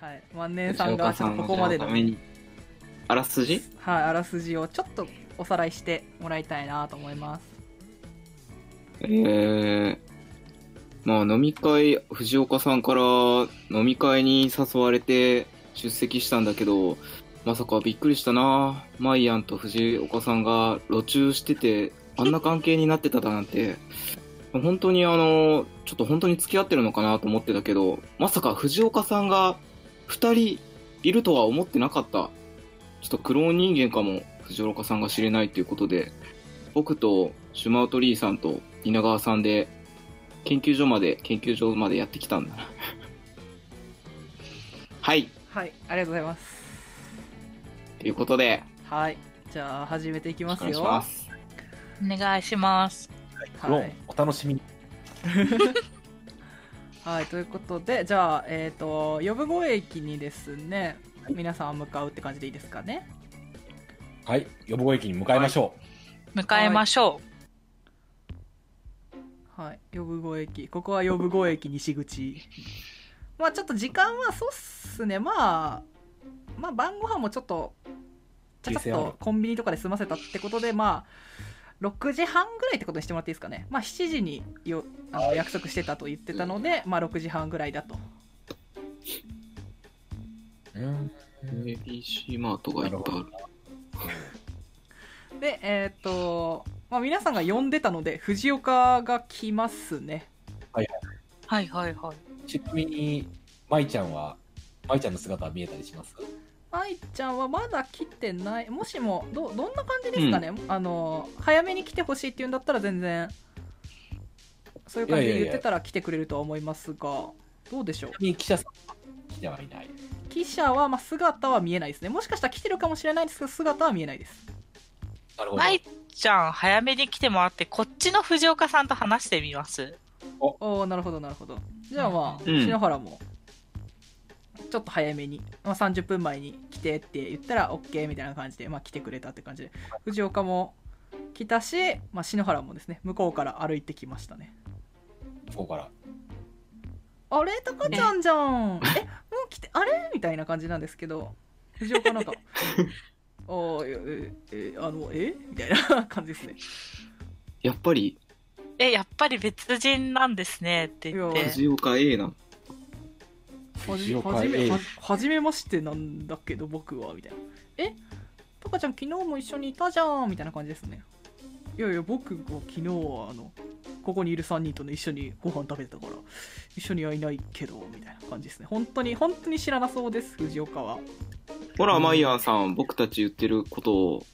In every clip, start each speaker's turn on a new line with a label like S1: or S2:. S1: はい、万年さんがちょっとここまでの、
S2: 吉岡さんのじゃあた
S1: は
S2: め
S1: い、
S2: にあらすじ
S1: あらすじをちょっとおさらいしてもらいたいなと思います。
S2: えー、まあ飲み会、藤岡さんから飲み会に誘われて出席したんだけど、まさかびっくりしたな。マイアンと藤岡さんが路中してて、あんな関係になってただなんて。本当にあの、ちょっと本当に付き合ってるのかなと思ってたけど、まさか藤岡さんが二人いるとは思ってなかった。ちょっとクローン人間かも藤岡さんが知れないということで、僕とシュマウトリーさんと稲川さんで研究所まで研究所までやってきたんだな はい
S1: はい、ありがとうございます。
S2: ということで
S1: はい、じゃあ始めていき
S2: お
S1: ます
S2: 願い
S1: よ。
S2: します
S3: お願いします。
S4: クローン、お楽しみに。
S1: はい、ということで、じゃあ、えっ、と、呼ぶ後駅にですね、
S2: はい
S1: 皆さんは向かうって感じでいいですかね。
S4: はい、予防駅に向かいましょ
S3: 向かいましょ
S1: はい、呼ぶ後駅。ここは呼ぶ後駅西口。まあ、ちょっと時間はそうっすね、まあ、まあ、晩ご飯もちょっと、ちゃち
S4: 訂正
S1: ゃ
S4: あ
S1: っ
S4: る
S1: とコンビニとかで済ませたってことで、まあ、6時半ぐらいってことにしてもらっていいですかね。まあ、7時によあの約束してたと言ってたので、まあ、6時半ぐらいだと。
S4: う。うん。
S2: ABC マートがいっぱいある
S1: でえっ、と、まあ、皆さんが呼んでたので藤岡が来ますね
S3: う。はいはいはい。
S4: ちなみに、舞ちゃんは、舞ちゃんの姿は見えたりします
S1: 愛ちゃんはまだ来てないもしもどどんな感じですかね、あの早めに来てほしいって言うんだったら全然そういう感じ
S4: い
S1: で
S4: やいやいや
S1: 言ってたら来てくれるとは思いますがどうでしょう
S4: ちなみに記者さんは来てはいない。
S1: 記者は、まあ、姿は見えないですねもしかしたら来てるかもしれないですけど姿は見えないです
S4: なるほど。
S3: まいちゃん、早めに来てもらって、こっちの藤岡さんと話してみます。
S1: おおなるほどなるほどじゃあまあ、
S2: うん
S1: 篠原もちょっと早めに、まあ、30分前に来てって言ったら OK みたいな感じで、まあ、来てくれたって感じで藤岡も来たし、まあ、篠原もですね向こうから歩いてきましたね
S4: ここから。
S1: あれタカちゃんじゃん、えもう来てあれみたいな感じなんですけど藤岡 なんかあーえええあのえみたいな感じですね
S2: やっぱり
S3: え、やっぱり別人なんですねって言っ
S1: いや
S3: て。
S2: 藤岡 A な
S1: はじ
S4: 藤岡
S1: はじめ
S4: A
S1: ははじめましてなんだけど僕はみたいなえタカちゃん昨日も一緒にいたじゃんみたいな感じですねいやいや僕は昨日はあのここにいる3人とね一緒にご飯食べてたから一緒にはいないけどみたいな感じですね本当に本当に知らなそうです藤岡は
S2: ほらマイアンさん僕たち言ってることを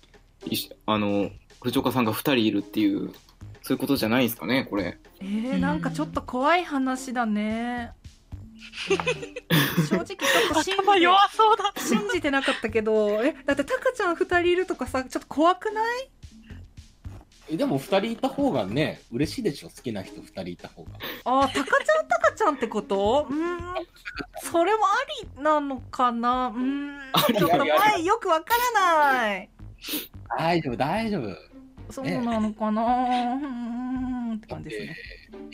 S2: いしあの藤岡さんが2人いるっていうそういうことじゃないですかねこれ
S1: えー、なんかちょっと怖い話だね正直ちょっ と信
S3: 頭弱そうだ。
S1: 信じてなかったけどえだってタカちゃん2人いるとかさちょっと怖くない
S4: え、 でも二人いた方がね、嬉しいでしょ。好きな人二人いた方が。
S1: ああ、タカちゃんタカちゃんってことうーん。それもありなのかなうーん。ちょっと前よくわからない。
S4: 大丈夫、大丈夫。
S1: そうなのかなうーんって感じですね。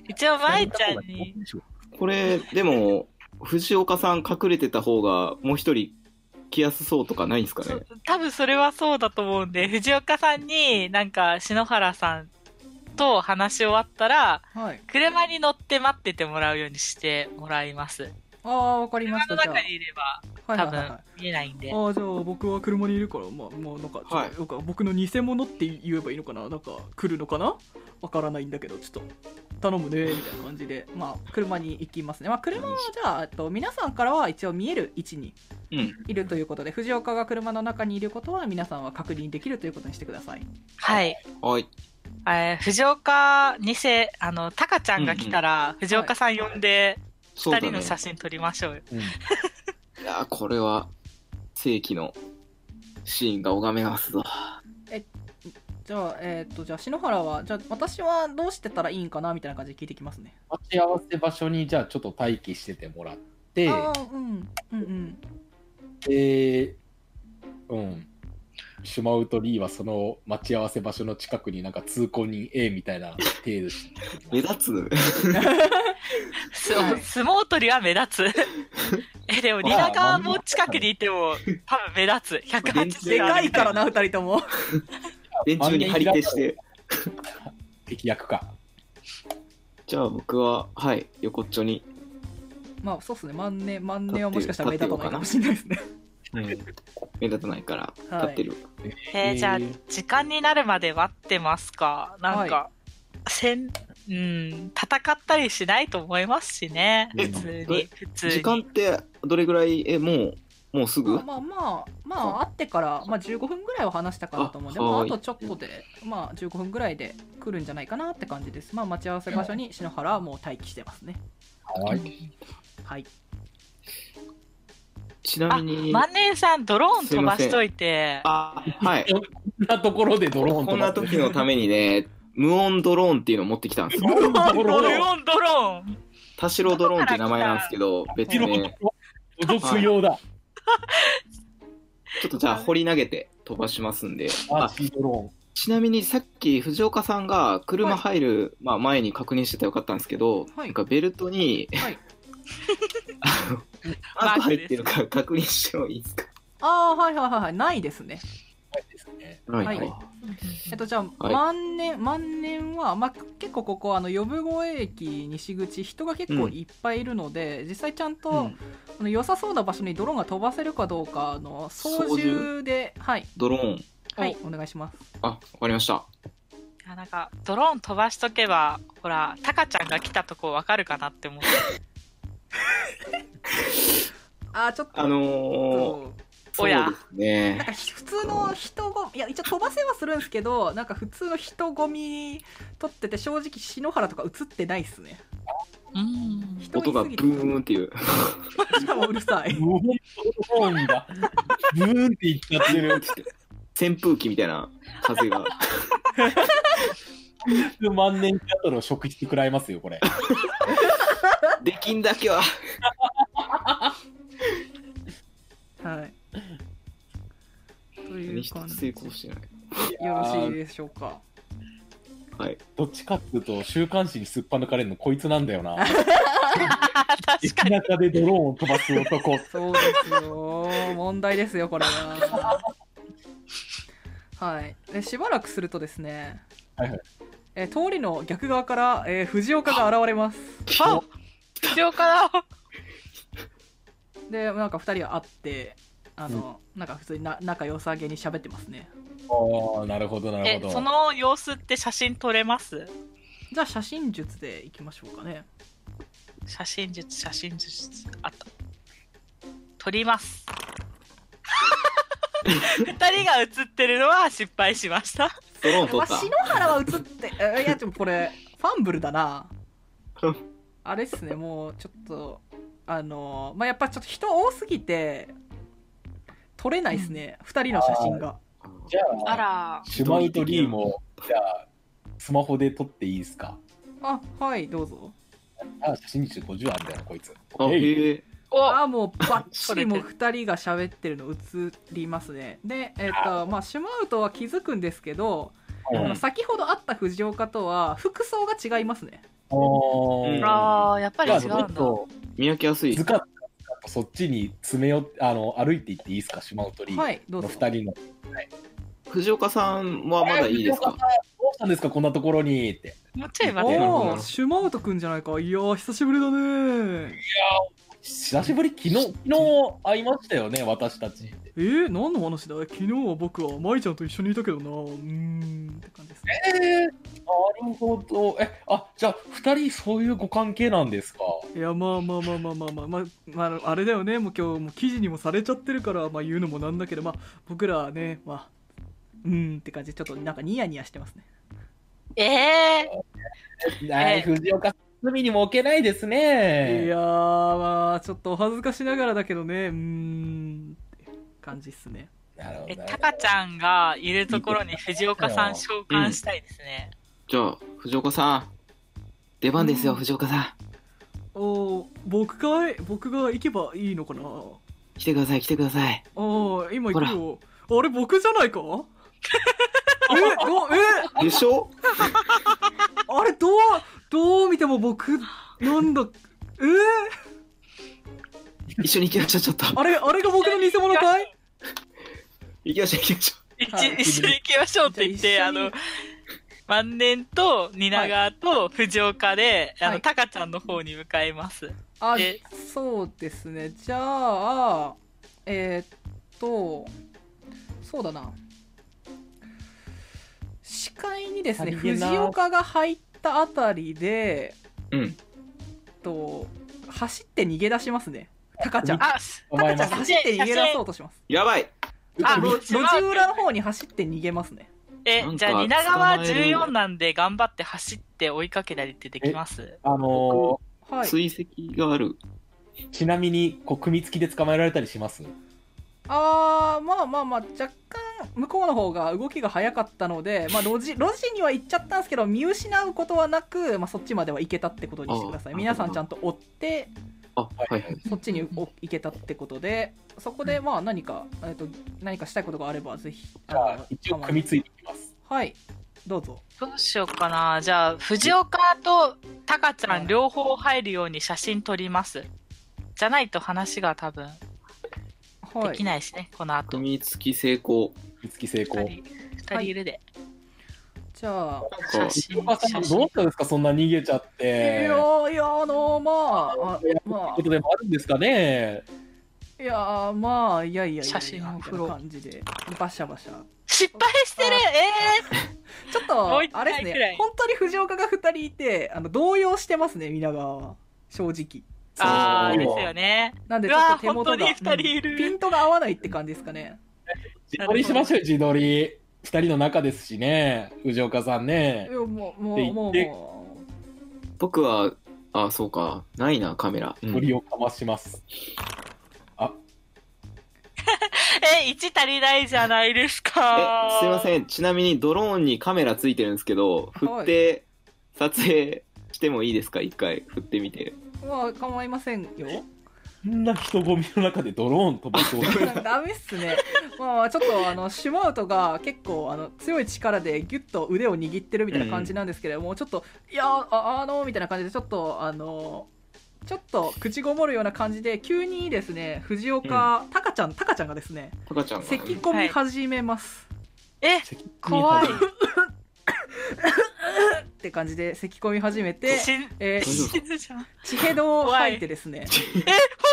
S3: 一応、まいちゃんに。
S2: これでも藤岡さん隠れてた方がもう一人来やすそうとかないんですかね
S3: そ多分それはそうだと思うんで、藤岡さんになんか篠原さんと話し終わったら、
S1: はい。
S3: 車に乗って待っててもらうようにしてもらいます。
S1: ああ、わかりま
S3: 車
S1: した。
S3: の
S1: じゃ
S3: 中にいれば
S1: あ、はい
S3: 多
S1: はいはいはい。
S3: 分
S1: あ
S3: 見えないんで。
S1: あ、じゃあ僕は車にいるから、まあ、まあ、なんか、ちょっと
S2: はい
S1: なんか僕の偽物って言えばいいのかななんか、来るのかなわからないんだけど、ちょっと。頼むねみたいな感じで、 まあ、車に行きますね。まあ、車はじゃあ、えっと、皆さんからは一応見える位置に
S2: うん
S1: いるということで藤岡が車の中にいることは皆さんは確認できるということにしてください
S3: はい。
S2: はい
S3: えー藤岡偽、あの、タカちゃんが来たら、藤岡さん呼んで、
S2: そうだ
S3: 二
S2: ね
S3: 人の写真撮りましょうよ。
S4: うん。
S2: いやーこれは世紀のシーンが拝めますぞ
S1: じゃあえーっとじゃあ篠原はじゃあ私はどうしてたらいいんかなみたいな感じで聞いてきますね、
S4: 待ち合わせ場所に、じゃあちょっと待機しててもらって、
S1: ああうんうんうん
S4: で、うん。シュマウト・リーはその待ち合わせ場所の近くになんか通行人 A み たいな程度して
S2: 目立つ
S3: す
S1: はい
S3: 相撲取りは目立つ。え、でも、リナカーも近くにいても、多分目立つ。180
S1: でかいからな、
S2: う
S1: 二人とも。
S2: 電柱に張り手して。
S4: 敵役か。
S2: じゃあ僕は、はい、横っちょに。
S1: まあ、そうっすね。万年、万年はもしかしたら目立たないかもしれないですね。
S2: 目立たないから、
S1: はい
S2: 立ってる。
S3: えーじゃあ
S4: えー
S3: 時間になるまで待ってますかなんか、
S1: は
S3: せんうん戦ったりしないと思いますしね
S4: え
S3: 普通
S2: どれ
S3: に普通に
S2: 時間ってどれぐらい、え、もう、もうすぐ
S1: まあまあまあ、まあ、会ってから、まあ、15分ぐらいは話したかなと思う
S2: あ
S1: んで、まあ、
S2: は
S1: あ
S2: い
S1: とちょっとで、まあ、15分ぐらいで来るんじゃないかなって感じです。まあ、待ち合わせ場所に篠原はもう待機してますね。
S4: はい。
S1: はい。
S2: ちな
S3: あ
S2: みに、
S3: 万年さんドローン飛ばしといて
S2: あ、はい。
S4: こんなところでドローン
S2: こんな
S4: 飛ばす
S2: 時のためにね、無音ドローンっていうのを持ってき たんですよ。
S4: ドローン
S3: ド
S4: ド
S3: ロ
S4: ロ
S3: ーンドローン
S2: 田代ドローンっていう名前なんですけど、別に
S4: ーン
S2: ね、
S4: ドローン侮辱用だ。
S2: ちょっとじゃあ掘り投げて飛ばしますんで。
S4: ア
S2: あ
S4: ーチードロ
S2: ちなみにさっき藤岡さんが車入る、まあ、前に確認してたらよかったんですけど、
S1: はい
S2: なんかベルトに、
S1: はい
S2: マーク入ってる
S3: マ
S2: か 確認してもいいですか
S1: ああ、はいはいはいはい。ないですね。
S4: ーンですね。
S2: はいはい。
S1: えっと、じゃあ、
S2: はい
S1: 万年、万年は、まあ、結構ここ、あの、呼ぶ越駅西口、人が結構いっぱいいるので、実際ちゃんと、
S2: うん
S1: あの良さそうな場所にドローンが飛ばせるかどうか、あの、操
S2: 操
S1: 縦で、はい、
S2: ドローン。
S1: はい、お願いします。
S2: あ、わかりました。
S3: あなんかドローン飛ばしとけばほらタカちゃんが来たとこわかるかなって思って
S1: あー、ちょっと、
S2: あのー、そう
S3: お
S2: で
S3: や
S2: す
S1: なん
S2: ね。
S1: か普通の人ごいや一応飛ばせはするんですけどなんか普通の人ごみ撮ってて正直篠原とか映ってないっす ね
S3: うん
S1: 人
S2: 音が
S1: いす
S2: ブ
S1: ぎてし
S2: ーンっていう。
S1: かもうるさい
S4: 無音ドローンだ。ブーンって言っちゃってる。
S2: 扇風機みたいな風が。
S4: 万年キャトルを食して食らいますよ、これ。
S2: できんだけは。
S1: はいとい
S2: 何
S1: う
S2: 一
S1: 感
S2: つ
S1: じ
S2: 成
S1: よ
S2: 功してない。
S1: ろしいでしょうか
S2: はい。
S4: どっちかっていうと、週刊誌にすっぱ抜かれるのこいつなんだよな。
S3: 確か
S4: 駅
S3: に
S4: 中でドローンを飛ばす男。
S1: そうですよ問題ですよこれははいでしばらくするとですね
S4: はいはい
S1: えー通りの逆側から、えー藤岡が現れます
S3: あ必要かな
S1: でなんか2人は会ってあの、なんか普通にな仲良さげに喋ってますね
S4: おーなるほど、なる
S3: え
S4: ほど。
S3: その様子って写真撮れます
S1: じゃあ写真術でいきましょうかね
S3: 写真術写真術あった撮ります二人が写ってるのは失敗しました
S2: ドローン撮
S1: まあ、
S2: った。
S1: 篠原は映って えいやでもこれファンブルだな
S2: うん
S1: あれっすねもうちょっとあのまあやっぱちょっと人多すぎて撮れないっすね、二2人の写真が
S4: じゃ
S3: あ
S4: あ、
S3: ら
S4: シュマウトリーも、じゃあ、スマホで撮っていいですか
S1: あはいどうぞ
S4: あ、写真集50あるんだよな、こいつ。
S2: あ、へえ。
S3: お
S1: あもうバッチ
S3: 撮れ
S1: リ
S3: てる
S1: もう2人が喋ってるの映りますねでえっ、とまあシュマウトは気づくんですけど、
S4: うん
S1: あの先ほど会った藤岡とは服装が違いますね
S4: お
S2: うん
S4: ー
S3: あーやっぱり
S4: じゃ
S3: 違う
S4: あちょ
S3: ん
S4: っ
S3: だ
S4: と、
S2: 見分けやすい
S4: ず。かずかとそっちに詰め寄って、あの、歩いていっていいですか、シュマウトリー。
S1: はいど
S4: の
S1: うぞ
S4: 2人の。
S2: 藤岡さんはまだいいです
S4: えー
S2: か
S4: 藤岡さんどうしたんですか、こんなところにって。
S3: もうちょい待ってよ
S1: おおシュマウトくんじゃないかいやー久しぶりだね
S4: 久しぶり、昨日、昨日会いましたよね、私たち。
S1: えー、何の話だ昨日は僕は舞ちゃんと一緒にいたけどなうーんって感じですね
S4: えー、なるほど。え、あ、じゃあ、2人そういうご関係なんですか。
S1: いやまあまあまあまあまあまあまあ、まあ、あれだよねもう今日もう記事にもされちゃってるから、まあ、言うのもなんだけどまあ僕らはねまあうーんって感じでちょっとなんかニヤニヤしてますね
S3: えー、
S4: はい、藤岡さん、罪にも置けないですね。
S1: いやーまあちょっとお恥ずかしながらだけどねうーんって感じっすね
S4: なるほ
S3: え
S4: どなる
S3: タカちゃんがいるところに藤岡さん召喚したいですね、
S2: じゃあ、藤岡さん。出番ですよ、藤岡さん。
S1: おー僕かい僕が行けばいいのかな
S2: 来てください、来てください。
S1: ああ、今行くよ。あれ、僕じゃないかえ、お、え、
S2: でしょ
S1: あれ、どう、どう見ても僕、なんだ、え
S2: 一緒に行きましょう、ちょっと。
S1: あれ、あれが僕の偽物かい
S2: 行きましょう、行きましょ
S3: 一
S1: はい
S3: 一緒に行きましょうって言っ
S1: じ
S3: て、
S1: ゃあ
S3: あ
S1: 一緒に
S3: の、万年と蜷川と藤岡で、
S1: はい
S3: あの、タカちゃんの方に向かいます。
S1: あ
S3: え、
S1: そうですね。じゃあ、えーっと、そうだな。視界にですね、
S4: 足りねえ
S1: 藤
S4: な
S1: 岡が入ったあたりで、
S2: う。うん。
S1: と、走って逃げ出しますね。タカちゃん。タ
S3: あ、す
S4: お前
S1: カちゃん
S4: ま
S1: が
S4: す
S1: 走って逃げ出そうとします。
S2: やばい
S3: あ、
S4: う
S1: 路地裏の方に走って逃げますね。
S3: え
S2: な、ん
S3: じ
S2: か
S3: ゃあ、蜷川
S2: 捕まえる
S3: 14なんで頑張って走って追いかけたりってできます
S4: あの
S1: はい。
S2: 追跡がある。
S4: ーちなみにこう組み付きで捕まえられたりします
S1: あーまあまあまあ若干向こうの方が動きが早かったので、まあ、路地路地には行っちゃったんですけど見失うことはなく、まあ、そっちまでは行けたってことにしてください
S2: あー
S1: 皆さんちゃんと追って
S2: あ、はいはい。
S1: そっちにお行けたってことでそこでまあ何か、えっと何かしたいことがあればぜひ
S4: じゃあ一応組み付いてきます
S1: はいどうぞ
S3: どうしようかな。じゃあ、藤岡とタカちゃ
S1: はい
S3: ん両方入るように写真撮ります。じゃないと話が多分
S1: は
S3: でき
S1: い
S3: ないしね、この後。
S2: 組み付き成功。
S4: 組み付き
S3: 二
S4: 成功
S3: 人二人いるで。
S1: じゃあ
S2: はい
S3: 写真
S4: お母、
S3: 写
S4: さんど
S3: 真。
S4: うしたんですかそんな逃げちゃっ
S1: い
S4: て
S1: やーいやーあのーまああま
S4: ことでもあるんですかね
S1: あいやーまあいやいやいやいや
S3: 写真を
S1: みた
S3: 送
S1: い
S3: ろ
S1: な
S3: う
S1: 感じでバシャバシャ
S3: 失敗してるえ
S1: ちょっ
S3: もう一
S1: と、あ
S3: 回
S1: れです
S3: く
S1: ね
S3: ら、い
S1: 本当に藤岡が2人いて、あの動揺してますね、皆川は、正直。
S3: ー、あー
S4: そう
S3: ですよね。
S1: なんで、
S3: う
S1: ちょっ
S3: わ
S1: と
S3: ー
S1: 手元が、
S3: 本当に二人いる
S1: うんピントが合わないって感じですかね。
S4: 自撮りしましょうよ自撮り二人の中ですしね藤岡さんね
S1: いやもう、も
S4: って
S1: う、
S4: 言
S1: も
S4: っ
S1: う、
S4: て
S1: も
S2: 僕は、あ、そうか。ないな、カメラ。うん
S4: 鳥をかまします、
S3: え、1足りないじゃないですか。
S2: え、すいま
S3: ん。
S2: せん。ちなみにドローンにカメラついてるんですけど、振って、撮影してもいいですか一回、振ってみて。
S1: う、まあ、構いませんよ。
S4: こんな人混みの中でドローン飛ばすこと
S1: ダメっすね。まあまあ、ちょっと、あの、シュマウトが結構、あの、強い力でギュッと腕を握ってるみたいな感じなんですけれども、ちょっと、いやー、あ、あのー、みたいな感じで、ちょっと、あのー、ちょっと口ごもるような感じで急にですね藤岡、タカちゃんタカちゃんがですね
S2: タカちゃんが。
S1: 咳込み始めます、
S3: え、怖い。
S1: って感じで咳込み始めて、
S3: 死ぬ
S1: えー、
S3: 死ぬじゃん。
S1: 血へどを吐いてですね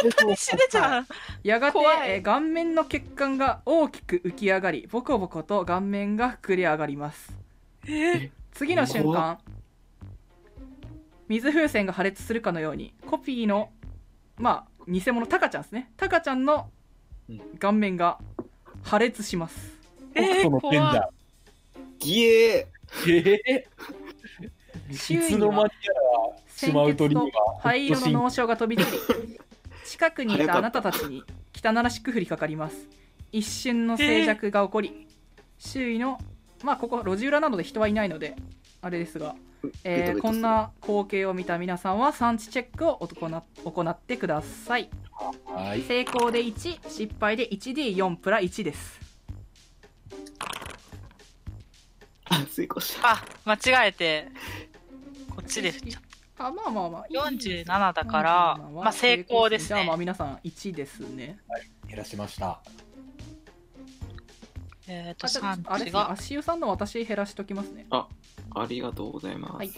S4: 本当
S3: 死ぬじゃん。
S1: やがて
S3: 怖、い
S1: えー顔面の血管が大きく浮き上がりボコボコと顔面が膨れ上がります
S3: え、
S1: 次の瞬
S2: 怖
S1: 間水風船が破裂するかのようにコピーのまあ偽物タカちゃんですねタカちゃんの
S2: うん
S1: 顔面が破裂します
S3: え
S4: そ
S3: ー、
S4: のペン
S3: 怖い。
S4: ダ
S2: ギエ
S4: ええ
S1: 周囲
S4: い
S1: は
S4: つの間にやらしまう鳥には
S1: 灰色の
S4: ほっと
S1: 脳症が飛び散り近くにいたあなたたちに汚らしく降りかかります一瞬の静寂が起こり周囲のまあここ路地裏などで人はいないのであれですが、えーこんな光景を見た皆さんは産地チェックを行な行ってください
S4: しんはい
S1: 成功で1失敗で 1D4 プラ1です
S2: あ、成功した。
S3: あ、間違えて、こっちで振っちゃった
S1: あまあまあまあいい
S3: 47だから
S1: 47は
S3: まあ成功ですね
S1: じゃあまあ皆さん1ですね
S4: 減らしました
S3: えっ、ー、
S1: あ
S3: と、
S1: ちょっ
S3: 産
S1: とあれ
S3: 地
S1: ですね
S3: が。
S1: 足湯さんの私減らしときますね
S2: ありがとうございます。
S1: はい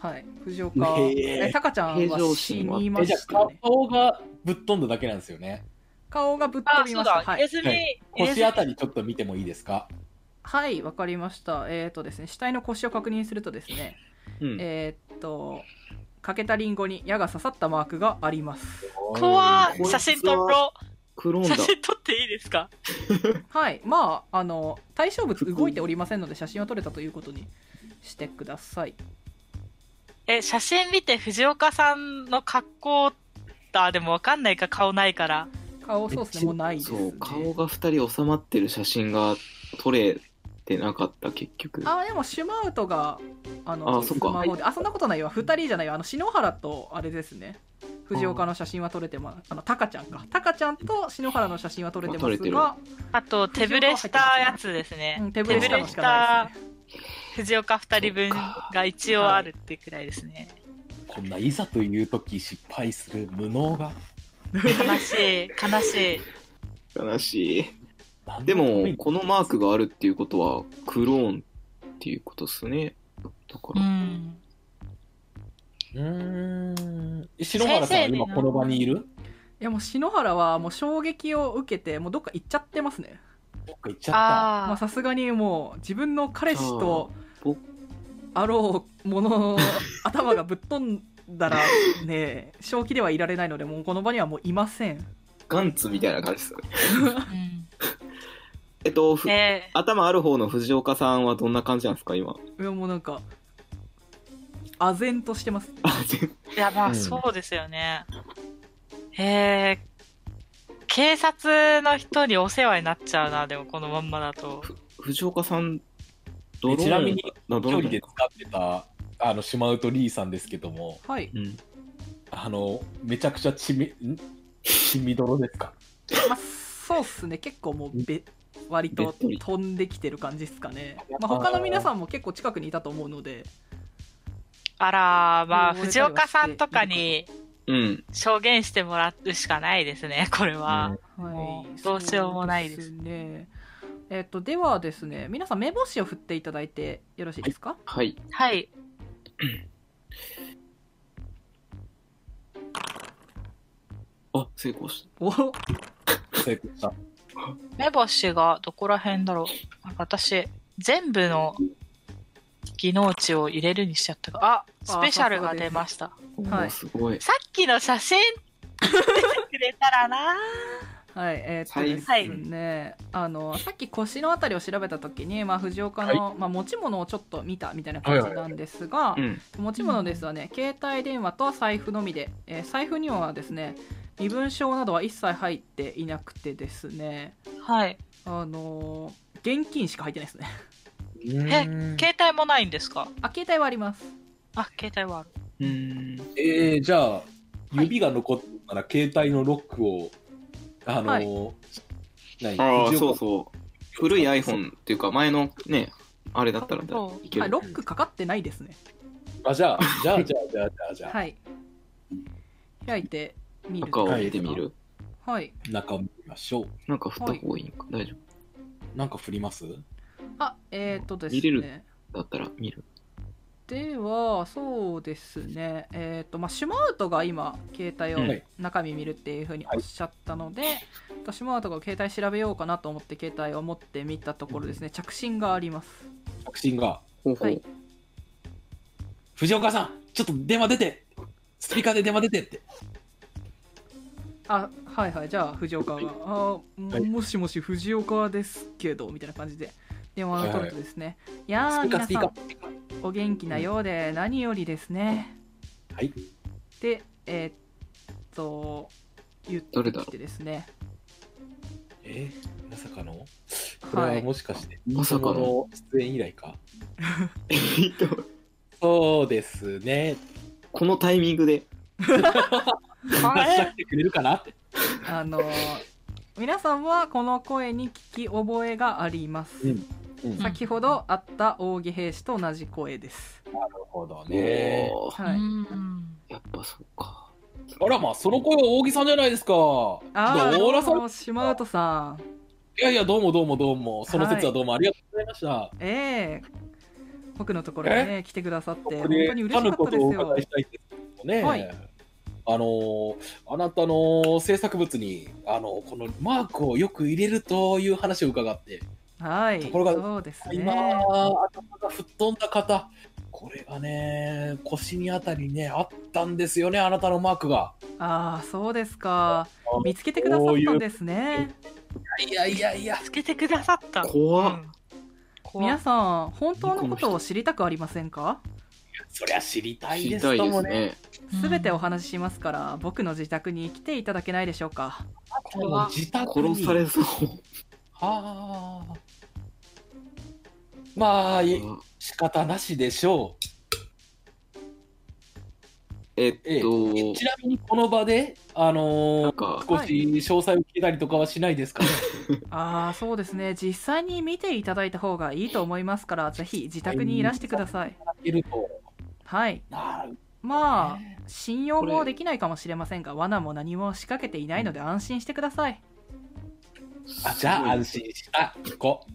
S1: はい、藤
S4: う
S1: 岡。
S4: へー
S1: え、タカちゃん
S2: 平
S1: は
S2: 常
S1: 死
S2: 心は
S1: にま
S4: えじゃ
S1: した
S4: あ
S1: ね。
S4: 顔がぶっ飛んだだけなんですよね
S1: 顔がぶっ
S3: あ、
S1: 飛び
S3: そ
S1: ま
S3: う
S1: した。
S3: だ。
S1: はい、
S3: 休み、
S4: はい腰あたりちょっと見てもいいですか
S1: はい、わかりました。えっ、とですね、死体の腰を確認するとですね、
S2: うん。
S1: えっ、と、欠けたリンゴに矢が刺さったマークがあります。
S3: 怖
S2: こい
S3: い。
S2: つは
S3: 写真撮ろ
S2: クロー
S3: う。
S2: ンだ
S3: 写。真撮っていいですか
S1: はい、まあ、あの、対象物動いておりませんので、写真は撮れたということにしてください。
S3: え、写真見て藤岡さんの格好だ。でもわかんないか、顔ないから。
S1: 顔、そうですね、もうないです、ね。
S2: そう、顔が2人収まってる写真が撮れてなかった、結局。
S1: あーでもシュマウトがあの
S2: あーそっか
S1: スマホであそんなことないわ2人じゃないわあの篠原とあれですね藤岡の写真は撮れてますあのタカちゃんかタカちゃんと篠原の写真は撮れてま
S2: 撮れて
S1: す
S2: る
S1: が、
S3: あと、手ぶれしたやつですね。
S1: うん、手ぶれしたのしか
S3: 手ぶれ
S1: ないですね
S3: した藤岡二人分が一応あるってくらいですね。
S4: こんないざという時失敗する無能が
S3: 悲しい、悲しい。
S2: 悲しい。
S4: 何
S2: で
S4: のため
S2: も、
S4: に
S2: このマークがあるっていうことは、クローンっていうことですね。だか
S3: う
S2: ら、
S3: ん。
S4: うーん篠原さんは
S3: 先生で
S4: 今
S3: な
S4: この場にいる
S1: いやもう篠原はもう衝撃を受けてもうどっか行っちゃってますね
S4: どっか行っちゃっ
S1: まあ
S3: ああ。
S1: さすがにもう自分の彼氏と
S2: そう
S1: あろうもの頭がぶっ飛んだらね 正気ではいられないのでもうこの場にはもういません
S2: ガンツみたいな感じですよね。
S3: うん
S2: えっと、ふ
S3: ね
S2: 頭ある方の藤岡さんはどんな感じなんですか、今。
S1: いやもうなんか唖然としてます
S2: あ、全
S3: いや、ま
S4: う
S3: あ、
S4: ん
S3: そうですよね。へえ。警察の人にお世話になっちゃうな、でもこのまんまだと。
S2: 藤岡さん、ドロー
S4: た
S2: ン
S4: ちなみに
S2: なド
S4: 距
S2: ローン
S4: 離で使ってたあのシマウトリーさんですけども
S1: はい
S2: うん。い
S4: あのめちゃくちゃ血みん血みどろですか
S1: まあそうっすね結構もうべ割
S2: べ
S1: と
S2: っとり
S1: 飛んできてる感じですかね
S4: や、
S1: まあ、他の皆さんも結構近くにいたと思うので
S3: あら、まあ、
S1: うん
S3: 藤岡さんとかに
S2: うん。
S3: 証言してもらうしかないですね、これは。
S1: は
S3: も
S1: いう
S3: どうしようもないです
S1: そうねえっとではですね皆さん目星を振っていただいてよろしいですか
S2: はい。
S3: はい。
S2: あ、成功した。
S1: お
S4: 成功した
S3: 目星がどこら辺だろう。なんか私、全部の技能値を入れるにしちゃったか。あ、スペシャルが出ました。
S2: おー
S1: はい
S2: すごい。
S3: さっきの写真出てくれたらな。
S1: はいえっとです
S3: はい
S1: ね、あのさっき腰のあたりを調べた時に、まあ、藤岡の、まあ、持ち物をちょっと見たみたいな感じなんですが、
S2: うん。
S1: 持ち物ですはね、携帯電話と財布のみで、えー財布にはですね身分証などは一切入っていなくてですね
S3: はい。
S1: あのー現金しか入ってないですね
S4: え
S3: 携帯もないんですか
S1: あ携帯はあります
S3: あ、携帯はある。
S2: うん。
S4: えー、じゃあ指が残ったら携帯のロックをあのー、何
S2: ああ、
S4: 藤岡
S2: そうそう。古い iPhone っていうか、前のね、あれだったらだ
S3: そ
S2: いけ
S1: はい、
S2: る
S1: ロ。ックかかってないですね
S4: あじゃあじゃあじゃあじゃあじゃあじゃあ、
S1: はい開いてみる
S2: 中を見てみる。
S1: はい
S4: 中を見ましょう
S2: なんか振った方がいいんか。大丈
S4: なんか振ります
S1: あえっ、ー、とです
S2: 見れる
S1: ね
S2: 夫。だったら見る。
S1: ではそうですねえっ、とまあシュマウトが今携帯を
S2: は
S4: い
S1: 中身見るっていうふうにおっしゃったので、シュマウトが携帯調べようかなと思って携帯を持ってみたところですね着信があります
S4: 着信が
S2: ほうほう。
S1: はい
S4: 藤岡さんちょっと電話出てスピーカーで電話出てって
S1: あはいはいじゃあ藤岡が「あ
S4: はい
S1: もしもし藤岡ですけど」みたいな感じで電話を取るとですね「い
S4: ス
S1: やー
S4: ピーカ
S1: 皆
S4: ースピーカ
S1: さ
S4: ー
S1: んお元気なようで何よりですね」
S4: はい
S1: でえーっと言ってきてですね
S4: えー、まさかのこ
S1: は
S4: れはいもしかして、
S2: まさかの
S4: その出演以来か
S2: えっと
S4: そうですね
S2: このタイミングで。
S4: 話し合ってくれるかなって
S1: あのー皆さんはこの声に聞き覚えがあります、
S4: うんうん
S3: さっ
S4: なる
S3: き
S1: 先ほどあった扇兵士と同じ声です、
S4: ほどね
S2: おー
S1: はい、
S3: うん
S2: やっぱそうか。
S4: あらまあその声は大木さんじゃないですか
S1: あ
S4: どうら
S1: あ
S4: さん
S1: もシマウトさん
S4: いやいやどうもどうもどうもその説はどうもありがとうございました、
S1: ええ僕のところにね来てくださって
S4: こ
S1: 本
S4: れ
S1: 当に嬉
S4: あ
S1: し
S4: る
S1: か
S4: こ
S1: った
S4: と
S1: で
S4: をお
S1: すよ
S4: 伺いしたいんですけどね、
S1: はい
S4: あのーあなたの制作物にあのこのマークをよく入れるという話を伺って、
S1: はい
S4: ところが
S1: そうです
S4: 今
S1: ね
S4: 頭が吹っ飛んだ方これがね腰にあたりねあったんですよねあなたのマークが
S1: ああそうですか見つけてくださったんですね
S4: いやいやいや
S3: つけてくださった。
S2: 怖っ
S3: うん怖
S1: 皆
S3: っ
S1: さん本当のことを知りたくありませんか
S4: そりゃ知りたい
S2: 知
S4: で
S2: り
S4: す
S2: たい
S4: と
S2: で
S4: も
S2: す
S4: ね
S2: ね。
S3: うん
S1: すべてお話ししますから僕の自宅に来ていただけないでしょうか
S4: でも自宅に
S2: 殺されそう。
S4: はあまあい仕方なしでしょう
S2: えっ
S4: ええ
S2: と
S4: ち、なみにこの場で、あ
S2: な
S4: の
S2: ん
S4: ー
S2: か、
S4: 少し詳細を聞いたりとかはしないですかね。
S1: ああそうですね実際に見ていただいた方がいいと思いますからぜひ自宅にいらしてください
S4: いると
S1: はい
S4: なる
S1: まあ
S3: ね
S1: 信用
S2: こ
S1: も
S2: れ
S1: できないかもしれませんが罠も何も仕掛けていないので安心してください
S4: あじゃあ安心しあ行こ、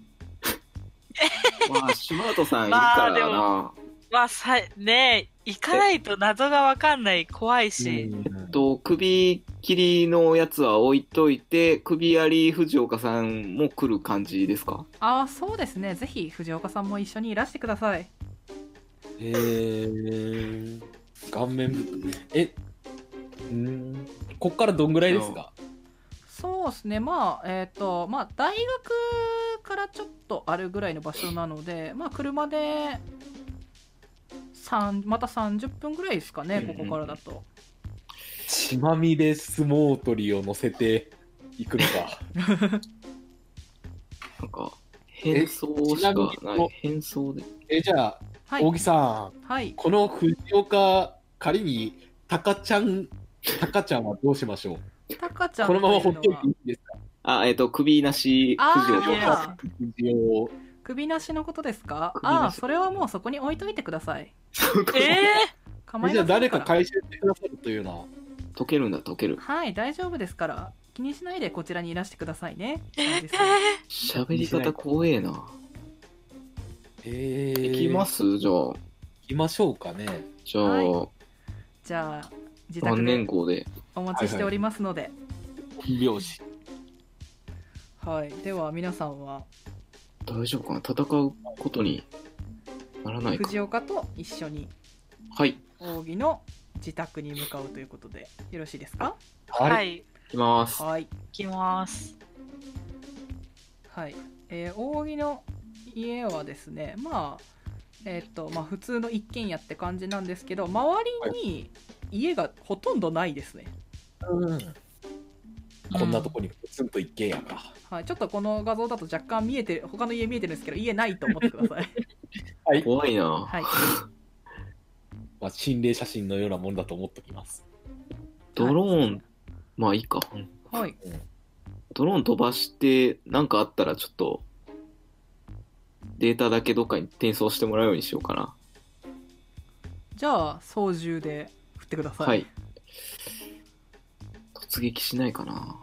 S2: まあ、シマートさんいるからな。
S3: ままあさねえ行かないと謎が分かんない怖いうし、
S2: えっと、首切りのやつは置いといて、首やり藤岡さんも来る感じですか
S1: ああそうですねぜひ藤岡さんも一緒にいらしてください
S4: へえ顔面部えうんこっからどんぐらいですか
S1: そうですねまあえっ、とまあ大学からちょっとあるぐらいの場所なのでまあ車で三また30分ぐらいですかね
S2: うんうん
S1: ここからだと、
S4: 血まみれ相撲取りを乗せていくのか
S2: なんか、変装しか
S4: えちな
S2: な
S4: みに
S2: い。変装で。
S4: えじゃあ、
S1: は
S4: 大
S1: い
S4: 木さん
S1: はい
S4: この藤岡仮にタカちゃんタカちゃんはどうしましょ
S1: タカち
S4: う
S1: ゃん
S4: このままほっといて
S1: はい
S4: いんですか
S2: あ、えっと、首なし藤
S1: あ
S2: 岡
S1: ーい
S2: さん。
S1: や
S4: 藤岡
S1: 首なしのことですか
S2: 首なし
S1: ああそれはもうそこに置いといてください
S2: そうか
S3: え え
S1: 構いま
S4: じゃ
S1: せ
S4: あ
S1: んから
S4: 誰か回収してくださるというな
S2: 溶けるんだ、溶ける。
S1: はい大丈夫ですから気にしないでこちらにいらしてくださいねそうですね
S3: え
S2: 喋り方怖えな。
S4: え
S2: 行きますじゃあ。
S4: 行きましょうかね
S2: じゃ
S1: は
S2: あ、
S1: じゃあ自宅
S2: 万年
S1: で
S2: 号で。
S1: お待ちしておりますので、
S4: 拍子
S1: はい、では皆さんは
S2: 大丈夫かな戦うことにならないか。
S1: 藤岡と一緒に
S2: はい、行
S1: 扇の自宅に向かうということでよろしいですか
S3: は
S4: はい
S3: い
S2: きます。
S1: はい、
S3: 行きます
S1: はいえー扇の家はですねまあえっ、とまあ普通の一軒家って感じなんですけど周りに家がほとんどないですね、
S4: こんなとこにポツンと一軒家か
S1: はい、ちょっとこの画像だと若干見えてる他の家見えてるんですけど家ないと思ってください
S4: はい、
S2: 怖いな。
S1: はい
S4: まあ、心霊写真のようなものだと思っておきます
S2: ドローン、まあいいか。うん
S1: はい
S2: ドローン飛ばして、なんかあったらちょっと、データだけどっかに転送してもらうようにしようかな。
S1: じゃあ操縦で振ってください、
S2: はい。突撃しないかな。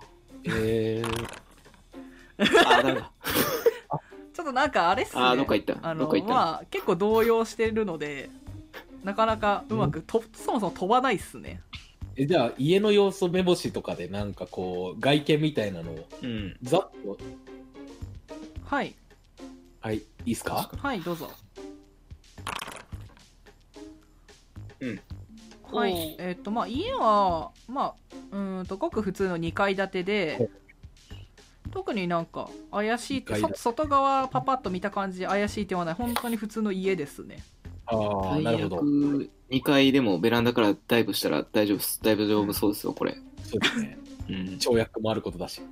S4: えー、
S2: あ、ダメだ。
S1: ちょっとなんかあれっすね
S2: あ、どっか行った。
S1: あ
S2: ど
S1: の
S2: っか行った。
S1: まあ結構動揺してるのでなかなかうまくと、そもそも飛ばないっすね
S4: えじゃあ家の様子目星とかでなんかこう外見みたいなのを
S2: うん。
S4: ざっと
S1: はい
S4: はいいいっすか
S1: はいどうぞ
S2: うん
S1: はい
S3: おう
S1: えっ、とまあ家はまあうーんとごく普通の2階建てで特になんか怪しいって
S4: 二階
S1: そ
S4: 建て
S1: 外側パパッと見た感じ怪しい点はない本当に普通の家ですね
S4: ああ
S2: 最
S4: なるほど
S2: 悪、2階でもベランダからダイブしたら大丈夫です。大丈夫そうですよ、これ。
S4: そうですね
S2: うん。
S4: 跳躍もあることだし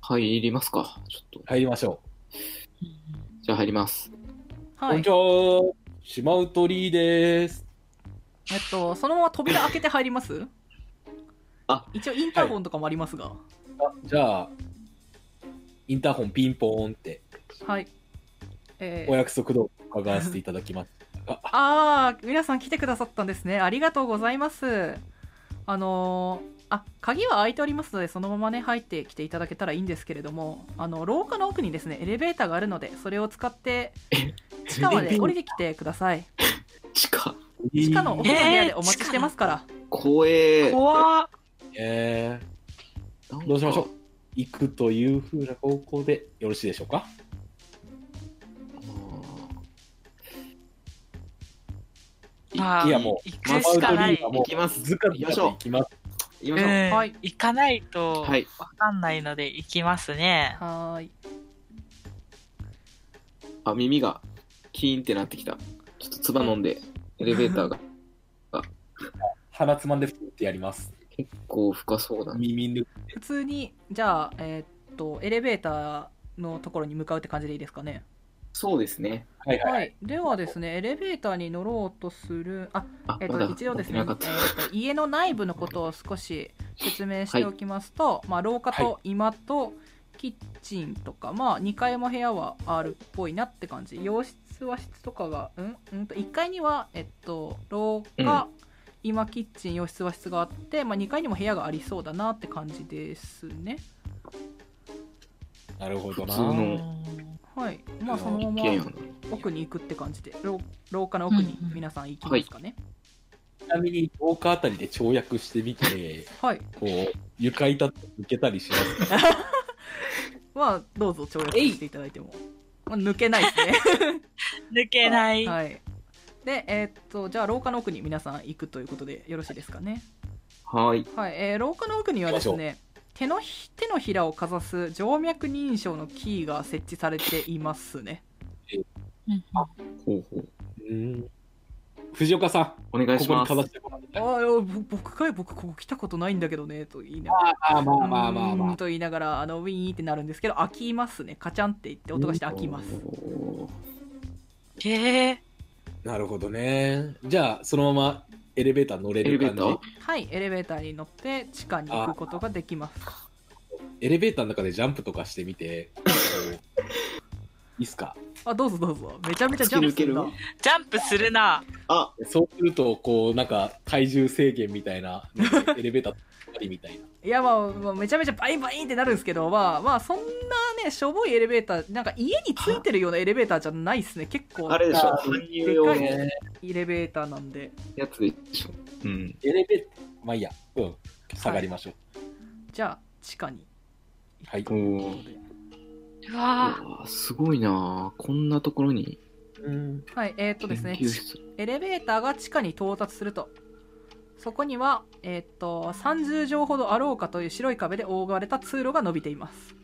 S2: 入りますか。ちょっと。
S4: 入りましょ
S2: じゃあ入ります。
S4: う、
S1: は
S4: こん
S1: い
S4: にちはシマウトリーです
S1: えっとそのまま扉開けて入ります
S2: あ
S1: 一応インターホンとかもありますがは
S4: あじゃあインターホンピンポーンって
S1: い、えー
S4: お約束通り伺わせていただきます
S1: ああ、皆さん来てくださったんですね。ありがとうございます。あのーあ、鍵は開いておりますので、そのままね、入ってきていただけたらいいんですけれども、あの、廊下の奥にですね、エレベーターがあるので、それを使って、地下まで降りてきてください。
S2: 地下。
S1: 地下の奥の部
S3: え
S1: 屋でお待ちしてますから。
S2: 怖え。
S3: 怖っ
S4: え
S2: なんか
S4: どうしましょう行くというふうな方向でよろしいでしょうか
S3: まあ
S4: いやも
S3: 行くしかない
S4: マウントリーはもう
S2: 行きます。
S4: ずかず
S2: 行きま
S4: か
S2: し
S4: と
S2: ょ
S4: 行きます
S2: う。行きましょう。
S3: うん
S1: はい
S3: 行かないと
S2: は
S3: 分
S2: い
S3: かんないので行きますね、
S1: はーい。
S2: あ、耳がキーンってなってきた。ちょっと唾飲んで、エレベーターが
S4: 鼻つまんでふってやります
S2: 結構深そうだ、ね。
S4: 耳抜く
S1: 普通に、じゃあ、えーっと、エレベーターのところに向かうって感じでいいですかね。
S2: そうですね。
S4: はいはい、
S1: はい、ではですね、エレベーターに乗ろうとする、あ、
S2: あ、
S1: えっ
S2: まだ
S1: と、一応ですね、え
S2: な
S1: っ
S2: か
S1: と
S2: った。
S1: 家の内部のことを少し説明しておきますと、まあ、廊下と居間と、キッチンとかまあ2階も部屋は R っぽいなって感じ洋室和室とかがうんうんと1階にはえっと廊下、今キッチン洋室和室があって、まあ、2階にも部屋がありそうだなって感じですね
S4: なるほど
S2: 普通
S4: な。
S2: の
S1: はいまあそのま
S2: 一軒家
S1: ま
S2: な
S1: 奥に行くって感じで廊廊下の奥に
S3: うんうん
S1: 皆さん行きますかね、
S4: ちなみに廊下あたりで跳躍してみて、
S1: はい
S4: こう、床板抜けたりしますか
S1: まあどうぞ跳躍していただいても、まあ、抜けない ですね
S3: 抜けない。
S1: はい。で、えーっと、じゃあ、廊下の奥に皆さん行くということでよろしいですかね。
S2: はい。
S1: はい。えー廊下の奥にはです
S4: 行き
S1: ね、手のひ手のひらをかざす静脈認証のキーが設置されていますね。
S3: うん
S2: ほうほう。
S4: うん藤岡さん、
S2: お願い
S4: こ
S2: し
S4: こ
S2: ま
S4: に
S2: す
S4: か。ざしてもらって
S1: ああ、いやぼ僕かい僕、ここ来たことないんだけどね、と言いながら。
S4: ああ、まあまあまあ
S1: うー
S4: ま
S1: んと言いながら、あの、ウィーンってなるんですけど、開きますね。カチャンって言って音がして開きます。
S2: おー
S3: へえ。
S4: あ。なるほどね。じゃあ、そのままエレベーター乗れ
S2: エレ
S4: る
S2: ベー
S4: 感
S2: タ
S4: じ。
S2: ー
S1: はい。エレベーターに乗って、地下に行くことができます。
S4: エレベーターの中でジャンプとかしてみて、こういいっすか
S1: あ、どうぞどうぞ。めちゃめちゃジャンプするな
S2: 突き抜。
S3: ジャンプするな。
S2: あ、
S4: そうすると、こう、なんか、体重制限みたいな、なんかエレベーターありみたいな。
S1: いやまあ、まあめちゃめちゃバインバインってなるんですけど、まあ、まあそんなねしょぼいエレベーターなんか家についてるようなエレベーターじゃないっすね結構
S2: あれでしょ。
S4: あ
S2: 搬入用の
S1: でエレベーターなんで
S2: やつでしょ。うん。
S4: エレベーター、まあいいや、うん、下がりましょう。
S1: じゃあ地下に
S4: はい。
S2: おお。
S3: うわ
S2: うわーすごいなーこんなところに
S1: はいえー、っと
S2: 研
S1: ですね
S2: 究室。
S1: エレベーターが地下に到達するとそこには、えーっと30畳ほどあろうかという白い壁で覆われた通路が伸びています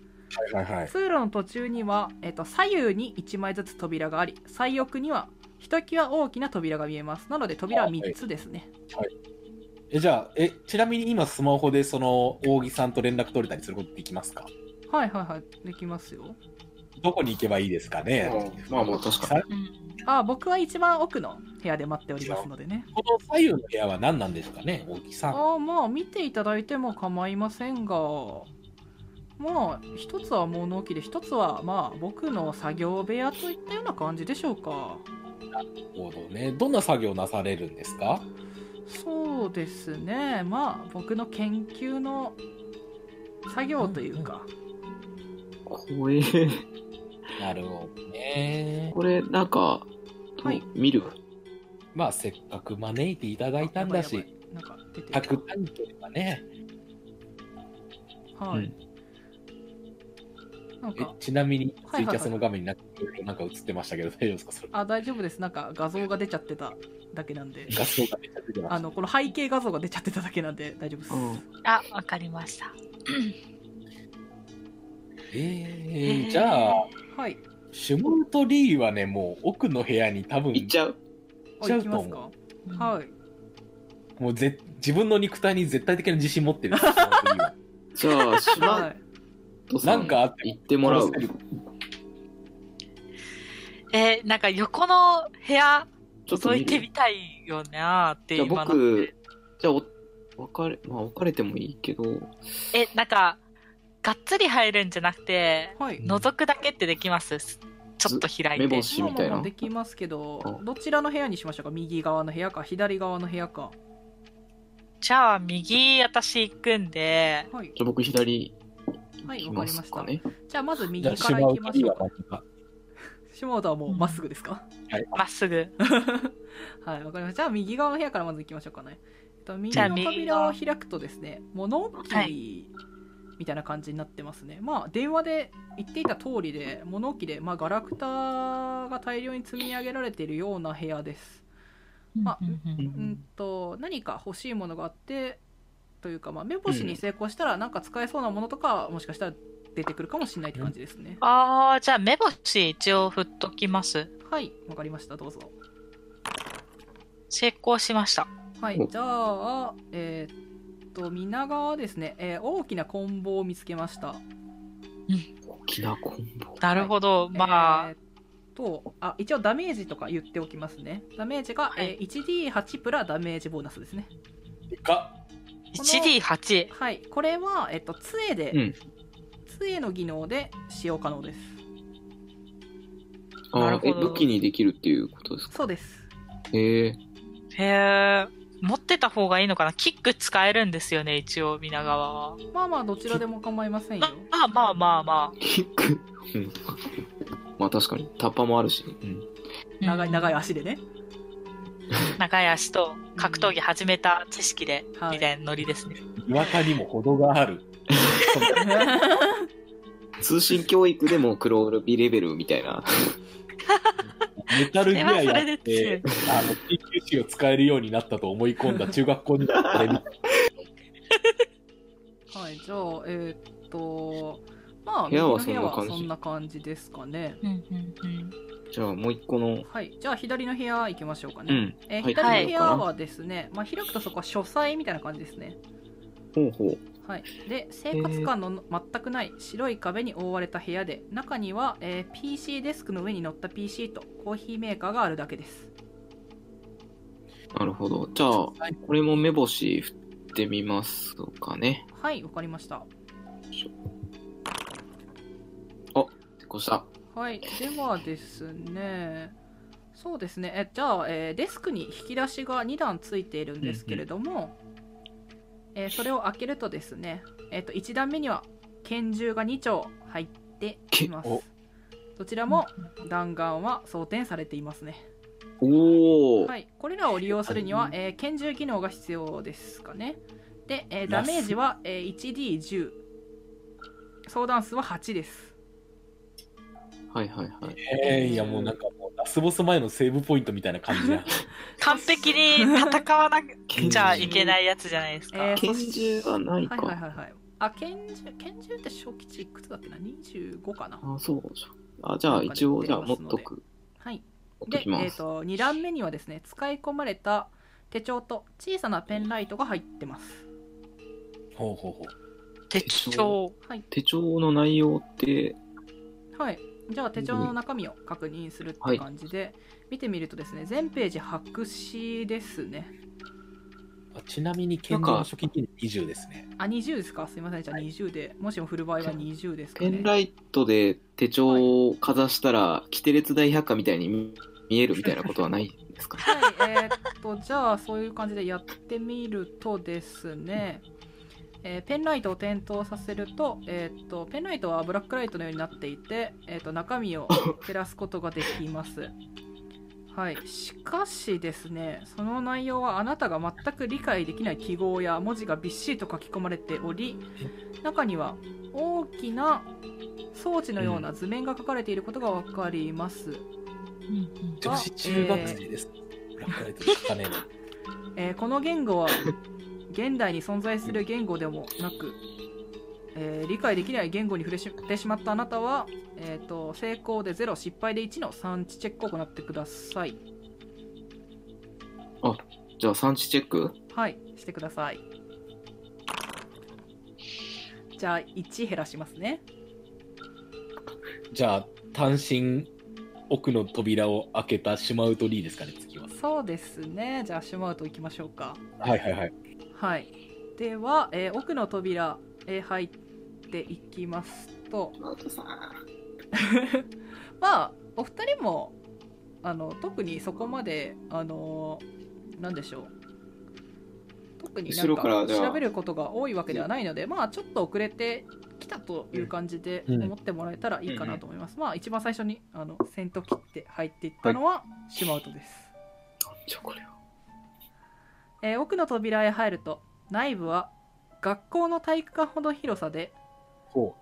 S4: はいはいはい。
S1: 通路の途中には、えっと左右に1枚ずつ扉があり最奥にはひときわ大きな扉が見えますなので扉は3つですね
S4: え、じゃあ、え、ちなみに今スマホでその、扇さんと連絡取れたりすることできますか
S1: はいはいはいできますよ
S4: どこに行けばいいですかね
S2: まあまあ確かに。
S3: ーうん
S1: あ僕は一番奥の部屋で待っておりますのでね
S4: この左右の部屋は何なんですかね大木さん。
S1: あまあ見ていただいても構いませんがまあ一つは物置で一つはまあ僕の作業部屋といったような感じでしょうか
S4: なるほどね。どんな作業なされるんですか
S1: そうですねまあ僕の研究の作業というか、
S2: 怖え。
S4: なるほどね。
S2: これ、なんか、
S1: はい
S2: 見る
S4: まあ、せっかく招いていただいたんだ
S1: やば
S4: し
S1: い、やばいなんか出て
S4: 宅探検はね。
S1: はい、なん
S4: え
S1: か
S4: ちなみに、
S1: はいは
S4: ツ
S1: い
S4: イキャスの画面になんかなんか映ってましたけど、大丈夫ですかそれ。
S1: あ大丈夫ですなんか画像が出ちゃってただけなんで
S4: 画像がめっちゃ出てま
S1: あ
S4: し
S1: のこの背景画像が出ちゃってただけなんで大丈夫です、
S2: うん
S3: あ、わかりました。
S4: た。えー、じゃあ、
S1: はい
S4: シュモルトリーはね、もう奥の部屋に多分、
S2: 行っちゃう
S1: あ
S4: ちゃ
S1: 行
S4: う
S1: き
S4: と
S1: ま
S4: 思
S1: す
S4: う
S1: かはい
S4: もうぜ自分の肉体に絶対的な自信持ってる。 シュモルトリーは
S2: じゃあ、シ
S1: は
S2: マ
S1: い
S2: トさん、
S4: なんかあって
S2: 行ってもらう
S4: 殺。せる
S3: えーなんか横の部屋
S2: ちょっと
S3: 覗い
S2: 見
S3: て
S2: る
S3: みたいよなーって
S2: じゃあ
S3: 今の。
S2: 僕、じゃあお、別れ、まあ別れてもいいけど、
S3: え、なんか、がっつり入るんじゃなくて、
S1: はい
S3: 覗くだけってできますちょっと開い
S2: 目
S3: て
S2: 星みたい
S1: まあまあま
S2: な
S1: あ。できますけど
S2: う
S1: どちらの部屋にしましょうか右側の部屋か左側の部屋か
S3: じゃあ右私行くんで
S1: はい
S2: じゃあ僕左
S1: は
S2: 行
S1: い
S2: き
S1: わかり
S2: ま
S1: ますした
S2: かね。
S1: じゃあまず
S4: じゃ
S1: 右
S4: あ、
S1: か
S4: シュ
S1: ら
S4: モ
S1: 行
S4: ル
S1: き
S4: ト
S1: ま
S4: リ
S1: し
S4: ー
S1: ょ
S4: は
S1: うか
S4: 何か。
S1: 下田はもうまっすぐですか、
S4: はい、
S3: まっすぐ
S1: はいわかりましたじゃあ右側の部屋からまず行きましょうかねえっと右
S3: じゃあ
S1: の
S3: 右側
S1: 扉を開くとですね物
S3: は
S1: 置みたいな感じになってますね、まあ電話で言っていた通りで物置で、まあ、ガラクタが大量に積み上げられているような部屋ですあうんと何か欲しいものがあってというか、まあ、目星に成功したらなんか使えそうなものとか、もしかしたら出てくるかもしれないって感じですね、
S3: あーじゃあ目星一応振っときます
S1: はいわかりましたどうぞ
S3: 成功しました
S1: はい
S2: お
S1: じゃあえーっと皆川ですね、えー大きなコンボを見つけました
S2: 大きなコンボ。
S3: なるほど、まあ、
S1: えーっとあ一応ダメージとか言っておきますねダメージが、
S3: はい
S1: えー 1D8 プラダメージボーナスですね
S4: でかっ
S1: この
S3: 1D8
S1: はいこれは、えっと杖で、
S2: うん
S1: 術への技能で使用可能です
S3: なる
S2: あ
S3: ほど
S2: え、武器にできるっていうことですか
S1: そうです
S2: へえ。
S3: へえ。持ってた方がいいのかなキック使えるんですよね、一応、皆川は。
S1: まあまあどちらでも構いませんよ
S3: まあまあまあま
S2: キック。うんまあ確かに、タッパもあるし。うん。
S3: あ。
S1: 長い長
S3: い。
S1: い足でね
S3: 長い足と格闘技始めた知識で、
S1: はい
S3: みたいなノリですね。
S4: にわかにも程がある。
S2: 通信教育でも黒帯レベルみたいな。
S4: メタルギア
S3: それはそ
S4: や
S3: れ
S4: っ
S3: で
S4: て、あの、緊急士を使えるようになったと思い込んだ中学校にあれみたい
S1: はいじゃあえーっとまあ
S2: 部屋は
S1: 右の
S2: そんな感じ
S1: そんな感じですかね
S3: うんうんうん。
S2: じゃあもう一個の。
S1: はいじゃあ左の部屋行きましょうか
S2: う
S1: ね、
S2: ん。
S1: えー
S2: はい
S1: 左の部屋はですね、まあ、開くとそこは書斎みたいな感じですね
S2: ほうほう。
S1: はい、で生活感の全くない白い壁に覆われた部屋で中には、えー PC デスクの上に乗った PC とコーヒーメーカーがあるだけです
S2: なるほど。じゃあ、これも目星振ってみますかね。
S1: はいわかりました
S2: でこうした。
S1: はいではですねそうですねえじゃあ、えーデスクに引き出しが2段ついているんですけれども、えーそれを開けるとですね、えー、と1段目には拳銃が2丁入っています
S4: けお
S1: どちらも弾丸は装填されていますね
S2: おお、
S1: はい、これらを利用するには、えー拳銃技能が必要ですかね。で、えーダメージは、えー 1D10。相談数は8です。
S2: はい、はいはいはい
S4: な。えーいやもうなんかもうラスボス前のセーブポイントみたいな感じや。
S3: 完璧に戦わな
S2: 拳
S3: き
S2: 銃
S3: ゃいけないやつじゃないですか。
S1: えー
S2: 拳銃がない
S1: は
S2: か。
S1: いはいはいはい。あ、拳銃、拳銃って初期値いくつだっけな ?25 かな。
S2: あ、そうじゃん。あ、じゃあ一応、じゃあ持っとく。
S1: はい。
S2: 持っと
S1: で、
S2: き
S1: え
S2: ま
S1: ー
S2: す。
S1: と、2段目にはですね、使い込まれた手帳と小さなペンライトが入ってます。
S4: ほうほうほう。
S3: 手帳。
S1: はい。
S2: 手帳の内容って、
S1: はい。じゃあ手帳の中身を確認するって感じで、見てみるとですね、全ページ白紙ですね。
S4: あちなみに、剣道の初期技能20ですね。
S1: あ、20ですかすいません。じゃあ20で、もしも振る場合は20ですか
S2: ペ
S1: ね。
S2: ンライトで手帳をかざしたら、キテレツ大百科みたいに見見えるみたいなことはないん ですか
S1: はい、えーっと、じゃあそういう感じでやってみるとですね、えーペンライトを点灯させると、えーっと、ペンライトはブラックライトのようになっていて、えーっと、中身を照らすことができます。はい、しかしですねその内容はあなたが全く理解できない記号や文字がびっしりと書き込まれており中には大きな装置のような図面が書かれていることが分かります、
S4: 女子中学生です。ブラックライト聞かねえな。
S1: えーこの言語は現代に存在する言語でもなく、えー理解できない言語に触れしてしまったあなたは、えー、と成功で0失敗で1の産地チェックを行ってください
S2: じゃあ産地チェック
S1: はいしてくださいじゃあ1減らしますね
S4: じゃあ、単身奥の扉を開けたシュマウトリーですかね、次は。
S1: そうですねじゃあシュマウトいきましょうか
S4: はいはいはい。
S1: はいでは、えー奥の扉へ入っていきますとまあお二人もあの特にそこまであのなんでしょう特にな
S2: 後
S1: ん
S2: ろから
S1: か
S2: じゃあ
S1: 調べることが多いわけではないのでまあちょっと遅れてきたという感じで
S4: うん
S1: 思ってもらえたらいいかなと思います、まあ一番最初にあの先頭切って入っていったのはシマウトです、
S2: じゃあこれは
S1: えー奥の扉へ入ると内部は学校の体育館ほど広さで
S4: ほ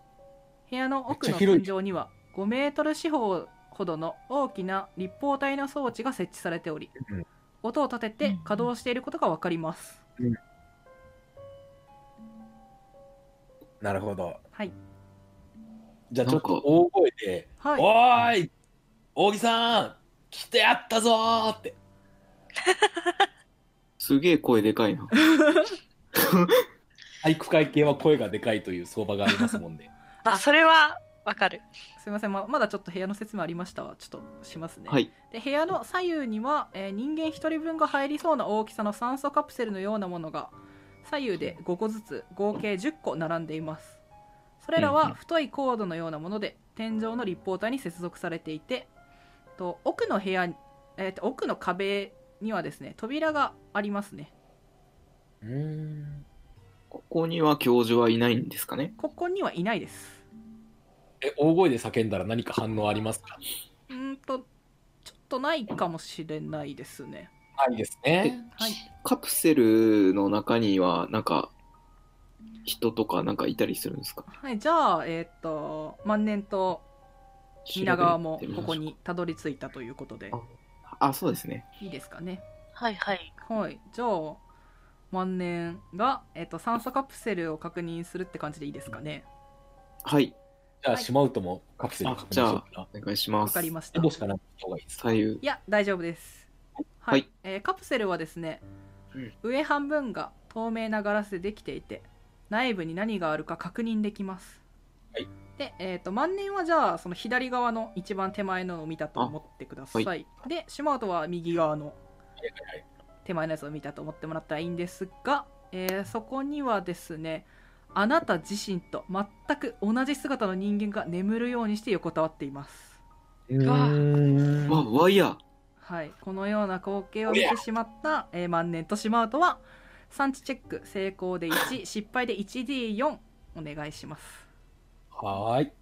S1: 部屋の奥
S4: め
S1: の
S4: っちゃ広
S1: 天
S4: い
S1: 井には5メートル四方ほどの大きな立方体の装置が設置されており、
S4: うん
S1: 音を立てて稼働していることが分かります、
S4: う。なるほど。
S1: はい
S4: じゃあ、ち
S2: な
S4: ょっ
S2: ん
S4: と
S2: か
S4: 大声で、
S1: はい
S4: おーい大木さん来てやったぞーって。
S2: すげえ声でかいな。
S4: 体育会系は声がでかいという相場がありますもんで。
S3: まあ、それはわかる。
S1: すいませんままだちょっと部屋の説明ありましたわちょっとしますね、
S2: はい。
S1: で部屋の左右には、えー人間1人分が入りそうな大きさの酸素カプセルのようなものが左右で5個ずつ合計10個並んでいますそそれら
S4: うんう
S1: は
S4: ん
S1: 太いコードのようなもので天井の立方体に接続されていてと奥の部屋、えーと奥の壁にはですね扉がありますね
S4: うん。
S2: ここには教授はいないんですかね
S1: ここにはいないです
S4: え、大声で叫んだら何か反応ありますか
S1: うーんとちょっとないかもしれないですね
S4: ないですね。
S1: はい
S2: カプセルの中にはなんか人とかなんかいたりするんですか
S1: はいじゃあえっ、と万年と皆川もここにたどり着いたということで
S2: ああそうですね
S1: いいですかね
S3: はいはい。
S1: はいじゃあ万年が、えっと酸素カプセルを確認するって感じでいいですかね
S2: はい
S4: じゃあ、
S1: はい
S4: しまうともカプセル確認しようか
S2: お
S4: な。
S2: 願いしま
S1: わ
S2: す
S1: かりました
S4: どうしかなった方がいいですか
S2: 左右
S1: いや大丈夫ですはい、
S2: はい
S1: えーカプセルはですね、
S2: うん
S1: 上半分が透明なガラスでできていて内部に何があるか確認できます
S4: はい
S1: で、えー、と万年はじゃあその左側の一番手前のを見たと思ってください、
S2: あは
S1: でシマウトは右側の
S4: はいはいはい
S1: 手前のやつを見たと思ってもらったらいいんですが、えーそこにはですねあなた自身と全く同じ姿の人間が眠るようにして横たわっています
S4: う
S3: わ
S4: ーん
S2: わワイヤー
S1: はい、このような光景を見てしまった、えー万年とシマウトは産地チェック成功で1失 敗で 1D4 お願いします
S4: はーい。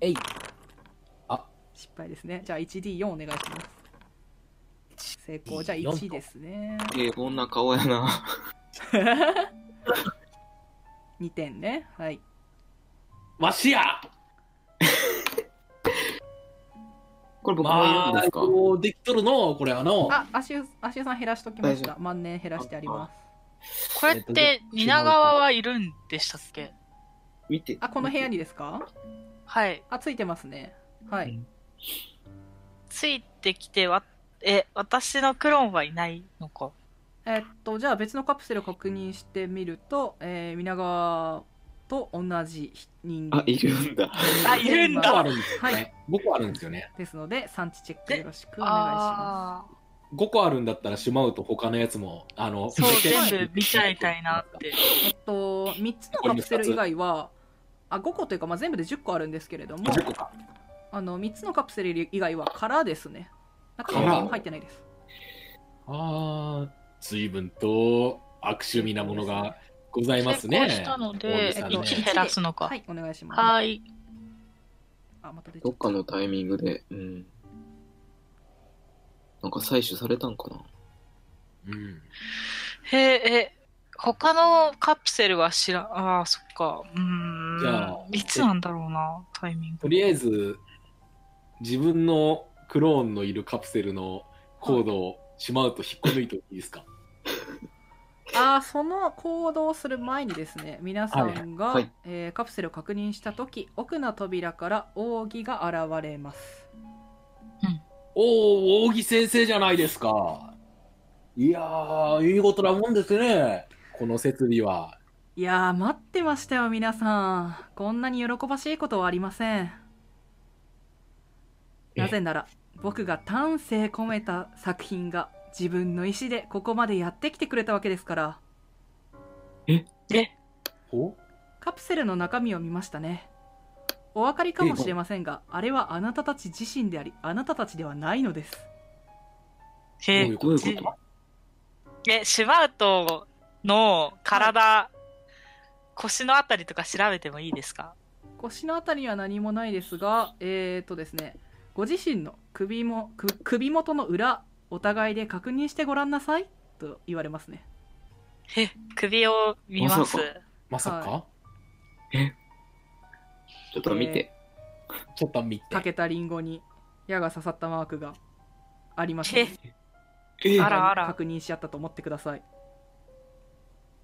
S4: えい。
S1: 失敗ですねじゃあ 1D4 お願いします成功じゃあ1です ね
S2: えー、こんな顔やな
S1: 2点ねはい
S4: わしや
S2: これ僕も言
S4: ま
S2: うん
S4: あ
S2: ですか、、
S4: できとるのうこれあの、
S1: あ足湯足湯さん減らしときまし
S2: 大丈
S1: た万年減らしてあります
S3: これって、蜷川はいるんでしたっけ
S2: 見て
S1: あこの部屋にですか
S3: はい。
S1: あついてますねはい
S3: ついてきてわ、え、私のクローンはいないのか。
S1: えっとじゃあ別のカプセルを確認してみると、えー、皆川と同じ人間
S2: あいるんだ
S3: あいるん
S4: 僕はあ
S3: だ
S4: るんですよね、
S1: はい
S4: 5個あるんですよね。
S1: ですので産地チェック
S3: で
S1: よろしくお願いしま
S4: 5個あるんだったらしまうと他のやつも、あの、
S3: そう、
S4: 見て
S3: 全部見ちゃいたいなって。
S1: す。えっと3つのカプセル以外はあ5個というか、まあ、全部で10個あるんですけれども
S4: あ10個か。
S1: あの3つのカプセル以外は空ですね中身
S4: 空
S1: 何も入ってないです
S4: ああ、随分と悪趣味なものがございます
S3: 成功
S4: ね
S3: し。たの
S4: 大
S3: で、
S4: 西さんね
S3: 1減らすのか。
S1: はいお願いします
S3: はい。
S1: あまた出ちゃ
S2: ど
S1: っ
S2: ったかのタイミングで、うん。なんか採取されたんかな
S4: うん。
S3: へえ、え、他のカプセルは知らん。ああ、そっか。うーん。
S4: じゃあ
S3: いつなんだろうな、タイミング。
S4: とりあえず、自分のクローンのいるカプセルのコードをしまうと引っこ抜いてもいいですか。
S1: あーその行動をする前にですね皆さんが、
S2: はいはい
S1: えーカプセルを確認した時奥の扉から扇が現れます
S4: おお、扇先生じゃないですか。いやー、いいことなもんですね。この設備は。
S1: いやー待ってましたよ皆さんこんなに喜ばしいことはありません
S2: え
S1: なぜなら僕が丹精込めた作品が自分の意志でここまでやってきてくれたわけですから
S3: え、
S4: お
S1: カプセルの中身を見ましたねお分かりかもしれませんがあれはあなたたち自身でありあなたたちではないのです
S3: へえ
S4: どう
S2: どうい
S4: いう
S2: うこ
S3: じ
S2: と
S3: え、シマウトの体、腰のあたりとか調べてもいいですか
S1: 腰のあたりには何もないですがえー、とですねご自身の首もく首元の裏お互いで確認してごらんなさいと言われますね
S3: へ、首を見ます
S2: ま。
S4: まさか、
S1: は
S2: ちょっと見て。
S4: ちょっと見て。
S1: かけたリンゴに矢が刺さったマークがありますので
S2: え
S3: あらあら
S1: 確認し合ったと思ってください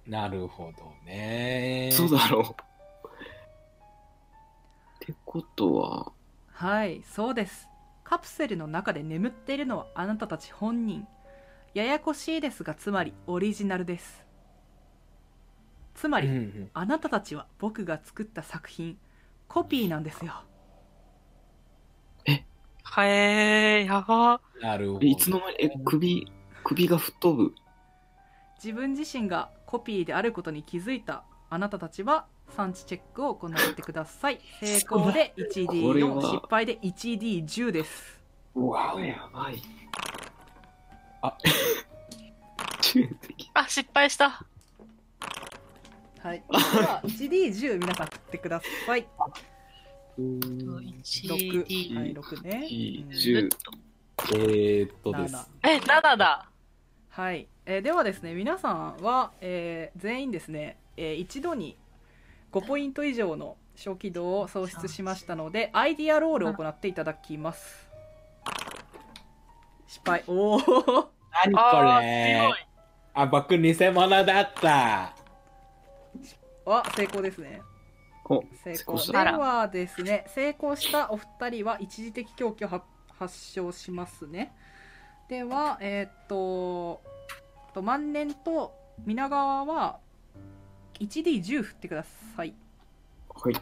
S4: なるほどね。
S2: そうだろう。ってことは、
S1: はいそうですカプセルの中で眠っているのはあなたたち本人ややこしいですがつまりオリジナルですつま
S4: うん
S1: り、
S4: うん
S1: あなたたちは僕が作った作品コピーなんですよ
S3: はえー、やば。
S4: なるほど。
S2: いつの間に、え、首、首が吹っ飛ぶ。
S1: 自分自身がコピーであることに気づいたあなたたちは産地チェックを行ってください成功で
S2: これ
S1: 1D4
S2: は
S1: 失敗で 1D10 です
S2: うわやばい。
S4: あ、
S2: 中的。
S3: あ、失敗した。
S1: はいでは 1D10 皆さん振ってください
S3: 1 D
S1: 6はい6ね
S2: いい
S1: うん
S2: 10
S4: えー、っとです
S1: 七。
S3: え、7だ。
S1: はい、えーではですね皆さんは、えー全員ですね、えー一度に5ポイント以上の小軌道を創出しましたのでアイディアロールを行っていただきます失敗おお
S4: 何
S3: あ
S4: こ
S3: ー
S4: れあ、僕偽物だった。
S1: は成功ですね
S2: お
S1: 成
S2: 成
S1: 功
S2: 功し
S1: で
S3: た
S1: はですね成功したお二人は一時的狂気を発発症しますねではえーっとと万年と皆川は 1D10 振ってください
S2: はい。
S1: 万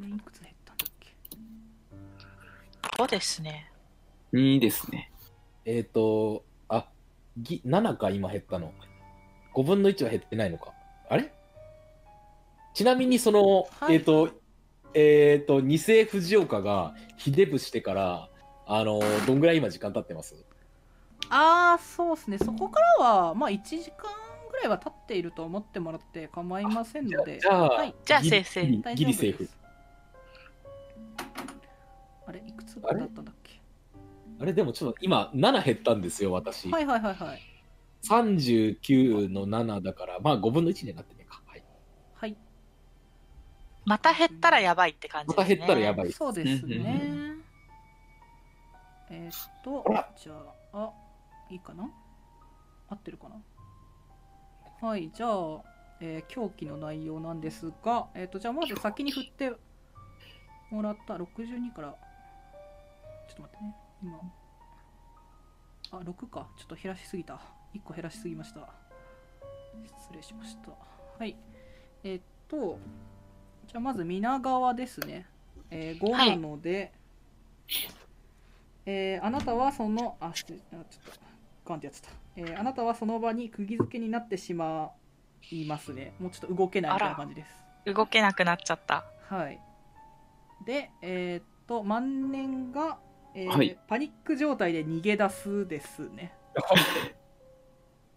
S1: 年いくつ減ったんだっけ
S3: 強い。5ですね。
S2: 2ですね。
S4: えー、っと、あ、ぎ7か今減ったの。5分の1は減ってないのか。あれちなみにその、
S1: はい
S4: えー、っと、えー、っと、二世藤岡がひでぶしてから、あの、どんぐらい今時間経ってます
S1: ああそうですねそこからはまあ1時間ぐらいは経っていると思ってもらって構いませんので
S4: じゃあ、
S1: はい、
S3: じゃあ
S4: ギリ
S3: セーフ
S4: ギリ
S1: 大
S4: ギ
S1: 丈
S4: リ
S1: 夫
S4: セー
S1: で
S4: フ
S1: す。あれいくつだったんだっけ
S4: あれ、でもちょっと今、7減ったんですよ、私。
S1: はいはいはいはい
S4: 39の7だから、まあ5分の1になってねえか。はい、
S1: はい
S3: また減ったらやばいって感じ
S4: ま
S3: ですね。
S4: た減ったらやばい。
S1: そうですね
S2: う。
S1: えーっと
S4: ほら、
S1: じゃあ、あいいかな合ってるかなはい、じゃあ、えー狂気の内容なんですが、えーっと、じゃあまず先に振ってもらった62から、ちょっと待ってね、今。あ、6か。ちょっと減らしすぎた。1個減らしすぎました。失礼しました。はい。えーっと、じゃあまず皆川ですね。えー、5
S3: はい
S1: なので、えーあなたはそのあ失礼あちょっとガンってやっちゃった、えーあなたはその場に釘付けになってしまいますねもうちょっと動けないみたいな感じです
S3: 動けなくなっちゃった。
S1: はいでえーっと万年が、えー
S2: はい
S1: パニック状態で逃げ出すですね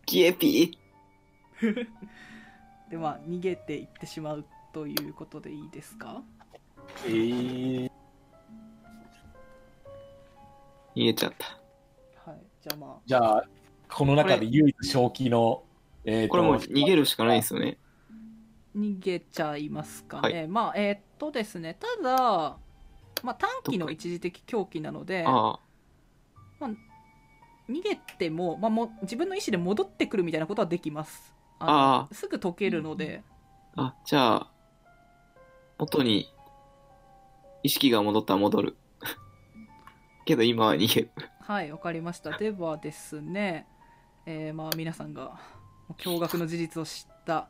S2: 消えピ
S1: でまあ逃げていってしまうということでいいですか
S4: えー、
S2: ー逃げちゃった。
S1: はいじゃあま
S4: じゃあ、この中で唯一正気の、えーと
S2: これもう逃げるしかないですよね。
S1: あ逃げちゃいますかね、
S2: は
S1: まあえーっとですねただまあ短期の一時的狂気なので
S2: あ
S1: 逃げても,、まあ、も自分の意思で戻ってくるみたいなことはできますあの
S2: あ
S1: すぐ解けるので、
S2: あ、あ、じゃあ、元に意識が戻ったら戻る。 けど今は逃げる。
S1: はいわかりましたではですね、えーまあ、皆さんがもう驚愕の事実を知った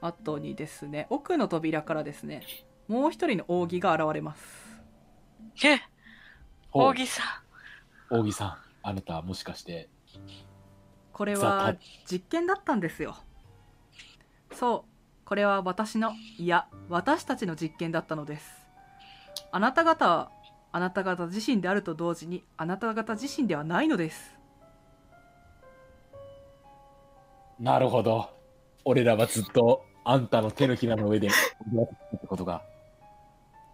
S1: 後にですね奥の扉からですねもう一人の扇が現れます
S3: え、
S4: ほう
S3: 扇さん。
S4: 扇さん、あなたはもしかして、
S1: これ
S4: さあ
S1: は
S4: た
S1: 実験だったんですよそうこれは私のいや私たちの実験だったのですあなた方はあなた方自身であると同時にあなた方自身ではないのです
S4: なるほど。俺らはずっと、あんたの手のひらの上で、俺らだったってことが。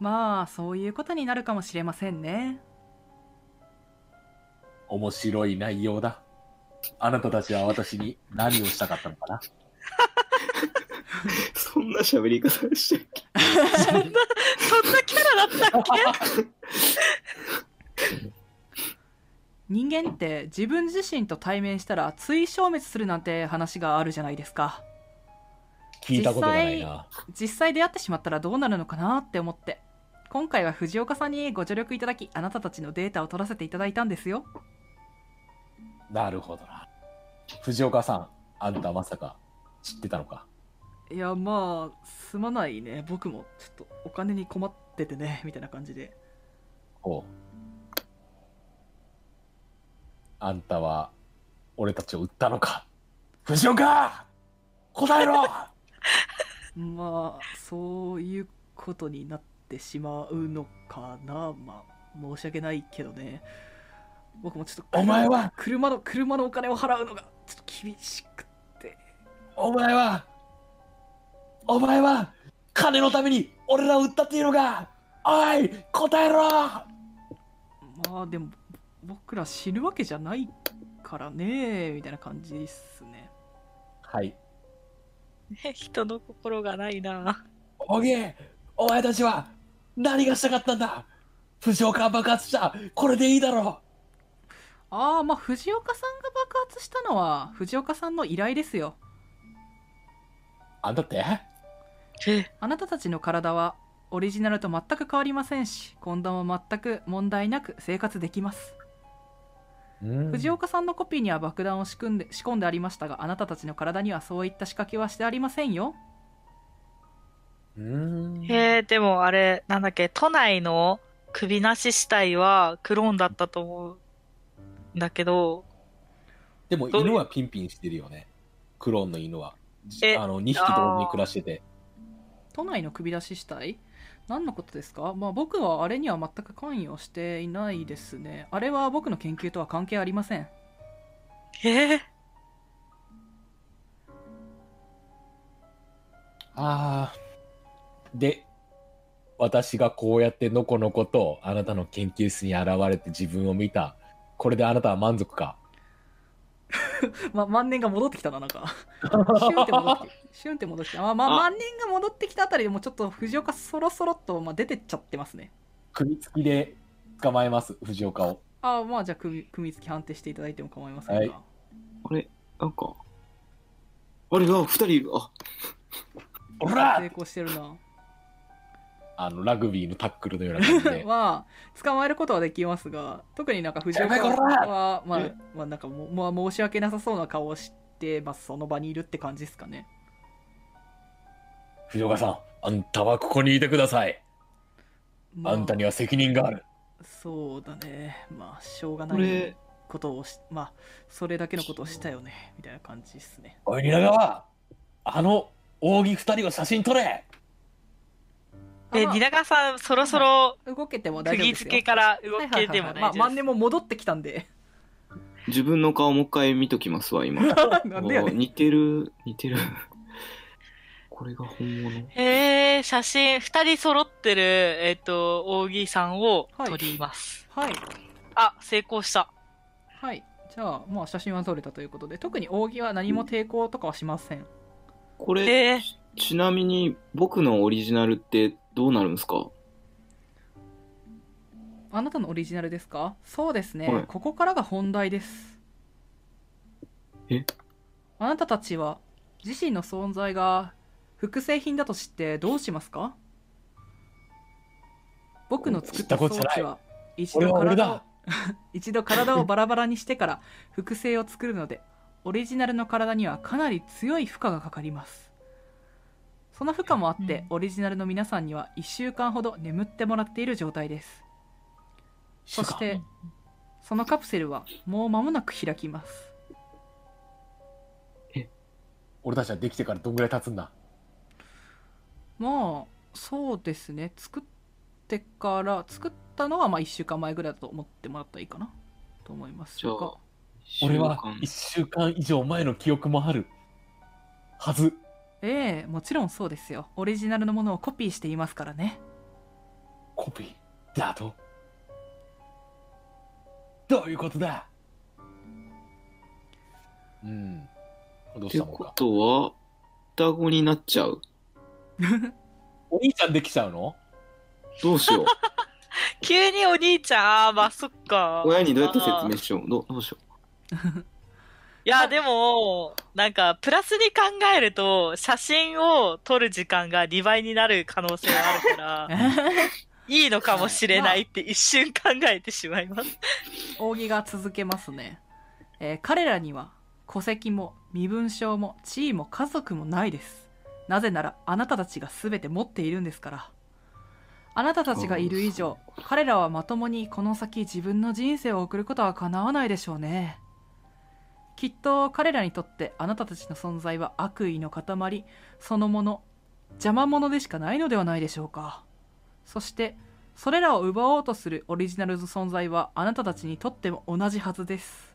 S1: まあそういうことになるかもしれませんね
S4: 面白い内容だ。あなたたちは私に何をしたかったのかな
S2: そんな喋り方でしたっけ
S3: そんなキャラだったっ
S1: 人間って自分自身と対面したら追消滅するなんて話があるじゃないですか
S4: 聞いたことがないな。
S1: 実際出会ってしまったらどうなるのかなって思って今回は藤岡さんにご助力いただきあなたたちのデータを取らせていただいたんですよ
S4: なるほどな。藤岡さん、あんたまさか知ってたのか
S1: いやまあすまないね僕もちょっとお金に困っててねみたいな感じで
S4: おうあんたは 俺たちを売ったのか藤岡答えろ
S1: まあそういうことになってしまうのかなまあ申し訳ないけどね僕もちょっと車
S4: お前は
S1: 車の車のお金を払うのがちょっと厳しくて
S4: お前はお前は金のために俺らを売ったっていうのかおい答えろ
S1: まあでも僕ら死ぬわけじゃないからねみたいな感じですね
S4: はい
S3: ね 人の心がないな。
S4: おげえお前たちは何がしたかったんだ藤岡は爆発したこれでいいだろ
S1: ああまあ藤岡さんが爆発したのは藤岡さんの依頼ですよ
S4: うあんだって
S3: え、
S1: あなたたちの体はオリジナルと全く変わりませんし今度も全く問題なく生活できます、藤岡さんのコピーには爆弾を仕組んで仕込んでありましたがあなたたちの体にはそういった仕掛けはしてありませんよ
S4: うん
S3: えーでもあれ、なんだっけ、都内の首なし死体はクローンだったと思うんだけど、
S4: でも犬はピンピンしてるよねクローンの犬は
S3: え
S4: あの2匹同時に暮らしてて
S1: 都内の首出し死体何のことですかまあ僕はあれには全く関与していないですねあれは僕の研究とは関係ありません
S3: えー
S4: ああ。で、私がこうやってのこのことあなたの研究室に現れて自分を見た。これであなたは満足か。
S1: ま、万年が戻ってきたな、なんか。 シュンって戻ってきて、シュンって戻ってきた。まあ、まあ、
S2: あ
S1: 万年が戻ってきたあたりでもうちょっと藤岡そろそろっと、まあ、出てっちゃってますね。
S4: 首付きで捕まえます、藤岡を。
S1: ああ、まあ、じゃあ組、組み付き判定していただいても構いませんが。
S4: はい
S2: あれなんか。あれが、二人いる。あ、
S4: お
S1: 成
S4: ら
S1: 功してるな。
S4: あの、ラグビーのタックルのような感じ で。
S1: まあ、捕まえることはできますが、特になんか藤岡
S4: てめえこら
S1: は、まあ、まあ、なんかもう、まあ、申し訳なさそうな顔をして、まあ、その場にいるって感じですかね。
S4: 藤岡さん、あんたはここにいてください。
S1: ま
S4: あんたには責任がある。
S1: そうだね。まあ、しょうがな
S2: これ
S1: い、ことをし、まあ、それだけのことをしたよね、みたいな感じですね。
S4: おい、蜷川あの、扇二人を写真撮れ
S3: え、
S1: あまあ
S3: 蜷川さん、そろそろ
S1: 動けても大丈夫
S3: 釘
S1: です
S3: 付
S1: よ。
S3: けから動けても
S1: ま
S3: 大
S1: あ、
S3: 丈夫
S1: 万
S3: です
S1: 年。も戻ってきたん で。
S2: 自分の顔もう一回見ときますわ、今。
S1: なんでや
S2: お
S1: ねん。
S2: 似てる、似てる。 これが本物。
S3: えー、写真、二人揃ってる、えっ、と、扇さんを撮ります。
S1: はい。
S3: あ、成功した。
S1: はい。じゃあ、まあ、写真は撮れたということで、特に扇は何も抵抗とかはしません。
S2: これ、
S3: えー、
S2: ちなみに僕のオリジナルってどうなるんですか
S1: あなたのオリジナルですかそうですね、
S2: はい
S1: ここからが本題です。
S2: え
S1: あなたたちは、自身の存在が複製品だと知ってどうしますか僕の作った装
S4: 知ったこと
S1: 置
S4: じゃ
S1: は、一
S4: 俺
S1: 度
S4: は俺
S1: 体を
S4: だ
S1: 一度体をバラバラにしてから複製を作るのでオリジナルの体にはかなり強い負荷がかかりますその負荷もあってオリジナルの皆さんには1週間ほど眠ってもらっている状態ですそし
S4: 一
S1: てそのカプセルはもう間もなく開きます
S4: 緒か俺たちはできてからどんぐらい経つんだ
S1: まあそうですね作ってから作ったのはまあ1週間前ぐらいだと思ってもらったらいいかなと思います
S2: じゃ
S1: が
S2: あ、
S4: 俺は1
S2: 一
S4: 週間以上前の記憶もあるはず
S1: ええもちろんそうですよオリジナルのものをコピーしていますから ね
S4: コピーだとどういうことだうんどうし
S2: 週間って
S4: たもん
S2: こ
S4: か
S2: とは、双子になっちゃう。
S4: お兄ちゃんできちゃうの
S2: どうしよう。
S3: 急にお兄ちゃん、あーまあ、そっか。
S2: 親にどうやって説
S3: あー
S2: 明しよう。どうどうしよ
S3: いや、でも、なんか、プラスに考えると、写真を撮る時間が2倍になる可能性があるか ら、いいのかもしれないって一瞬考えてしまいます。
S1: 扇が続けますね、えー彼らには戸籍も身分証も地位も家族もないですなぜならあなたたちが全て持っているんですからあなたたちがいる以上彼らはまともにこの先自分の人生を送ることはかなわないでしょうねきっと彼らにとってあなたたちの存在は悪意の塊そのもの邪魔者でしかないのではないでしょうかそしてそれらを奪おうとするオリジナルの存在はあなたたちにとっても同じはずです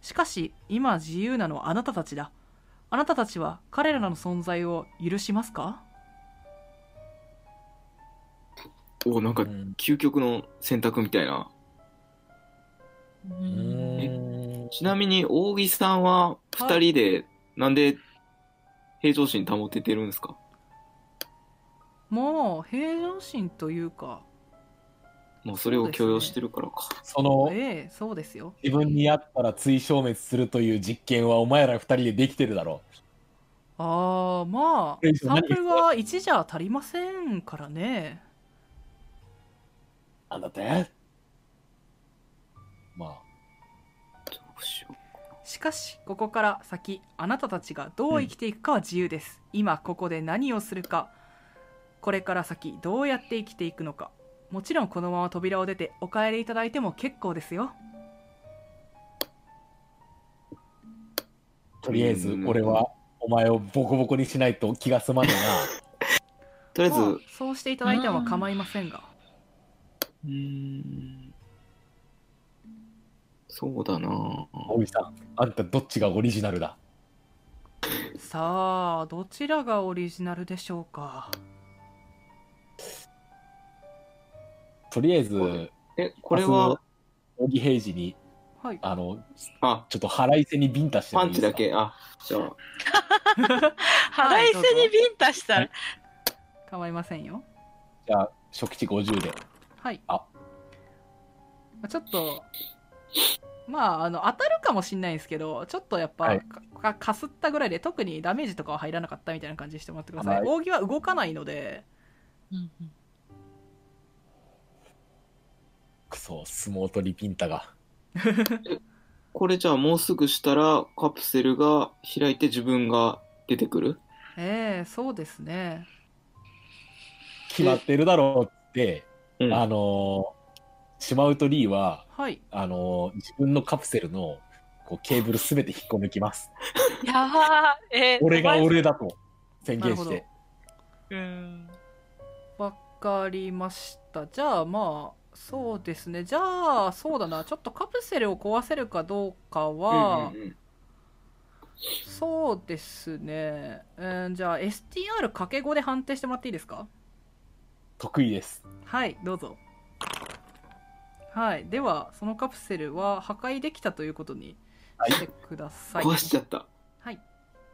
S1: しかし今自由なのはあなたたちだあなたたちは彼らの存在を許しますか
S2: おなんか
S4: うん
S2: 究極の選択みたいな。ちなみに、大木さんは二人で、なんで平常心保ててるんですか
S1: もう平常心というか
S2: もうそれを許容してるからか。
S4: その
S1: ええそうですよ
S4: 自分に合ったら追消滅するという実験はお前ら二人でできてるだろ
S1: ああまあ
S4: え
S1: サンプルは1じゃ足りませんからね
S4: う。なんだってま
S2: どうしよ
S1: しかしここから先あなたたちがどう生きていくかは自由です、今ここで何をするかこれから先どうやって生きていくのかもちろんこのまま扉を出てお帰りいただいても結構ですよ
S4: あ、とりあえず俺はお前をボコボコにしないと気が済まね
S2: う。とりあえず、
S1: まあそうしていただいては構いませんが、
S2: うーん。そうだな
S4: えな。大木さん、あんたどっちがオリジナルだ
S1: さあどちらがオリジナルでしょうか
S4: とりあえず、
S2: え、これ
S4: 明
S2: は
S4: 日、、大木平次に、
S1: はい
S4: あの、
S2: あ、
S4: ちょっと腹いせにビンタしても
S2: パ
S4: い
S2: ン
S4: い
S2: チ
S4: ですか
S2: だけ、あ、じゃあ、
S3: 腹いせにビンタしたら、
S1: 構いませんよ
S4: じゃあ、初期値50で。
S1: はい
S4: あ
S1: まあちょっとまああの当たるかもしんないんですけどちょっとやっぱ、
S4: はい
S1: かかかすったぐらいで特にダメージとかは入らなかったみたいな感じにしてもらってください、
S4: はい
S1: 扇は動かないので
S3: うんうん
S4: くそ、相撲取りビンタが。
S2: これじゃあもうすぐしたらカプセルが開いて自分が出てくる
S1: ええそうですね
S4: 決まってるだろうって、
S2: うん
S4: あのー、シマウトリーは、
S1: はい
S4: あのー自分のカプセルのこうケーブルすべて引っこ抜きます。
S3: やばーえ
S4: 俺
S3: お
S4: が
S3: 前
S4: 俺だと宣言し
S1: なる
S4: て。
S3: うん
S1: わかりましたじゃあまあそうですねじゃあそうだなちょっとカプセルを壊せるかどうかは、
S2: うんうん
S1: そうですね、うん、じゃあ STR かけ5で判定してもらっていいですか
S4: 得意です。
S1: はいどうぞはいではそのカプセルは破壊できたということに
S4: はい
S1: してくだ
S2: う
S1: さ
S2: ん
S1: い、
S2: 壊しちゃった。
S1: はい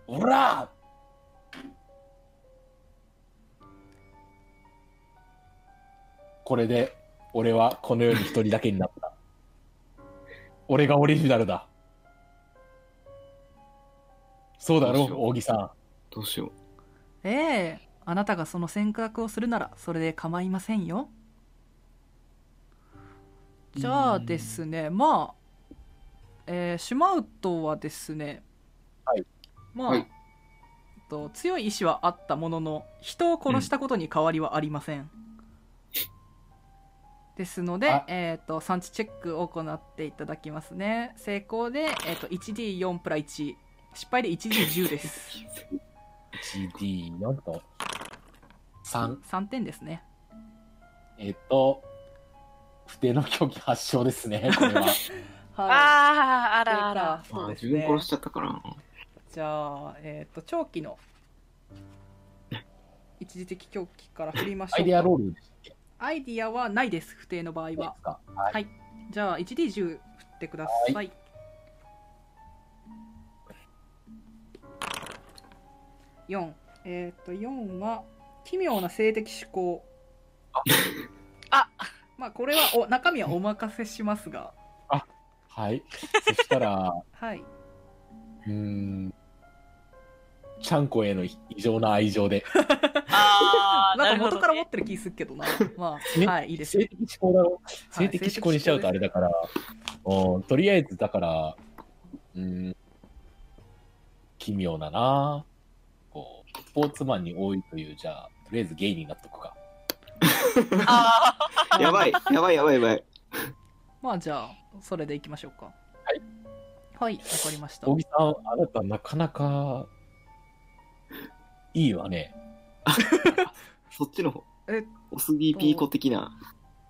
S4: オラこれで俺はこの世に一人だけになった。俺がオリジナルだ。そうだろ
S2: どうしよう
S4: う、大木さん。
S2: どうしよう。
S1: ええあなたがその選択をするならそれで構いませんよじゃあですねまあえー、シュマウトはですね
S4: はい
S1: まあ、
S2: はい
S1: えっと強い意志はあったものの人を殺したことに変わりはありません、ですので
S4: あ、
S1: えー、と産地チェックを行っていただきますね成功で、えー、と 1D4 プラ1失敗で 1D10 です
S4: GD4 と3。
S1: 3点ですね
S4: えっと、不定の競技発祥ですね、これは。
S1: はい
S3: あーあ
S1: それ
S3: ら
S1: か
S3: あら
S1: そう
S2: あ
S1: です
S2: 自分
S1: ね
S2: 殺しちゃったからな。
S1: じゃあえっ、と長期の一時的狂気から振りましょう
S4: アイデアロールです
S1: アイディアはないです不定の場合は
S4: か。
S1: じゃあ 1D10 振ってください、4えっ、と4は奇妙な性的思考
S3: あ
S1: まあこれはお中身はお任せしますが
S4: はい。そしたら、
S1: はいう
S4: ーん、ちゃんこへの異常な愛情で。
S3: あー
S1: なん
S3: なる
S1: か
S3: ほ
S1: 元
S3: ど
S1: から持ってる気すっけどなま
S4: ね
S1: あはいいいです
S4: 性
S1: よ
S4: 的思考だろ
S1: はい
S4: 性的思考にしちゃうとあれだから、うんとりあえずだから、うーん、奇妙だなこう、スポーツマンに多いという、じゃあ、とりあえずゲイになっとくか。
S3: あ
S2: やばい、やばい、やばい、やばい。
S1: まあじゃあそれでいきましょうか
S4: はい
S1: はいわかりました
S4: 小木さん、あなたなかなか、いいわね。
S2: そっちの方。
S1: え
S2: おすぎピーコ的な。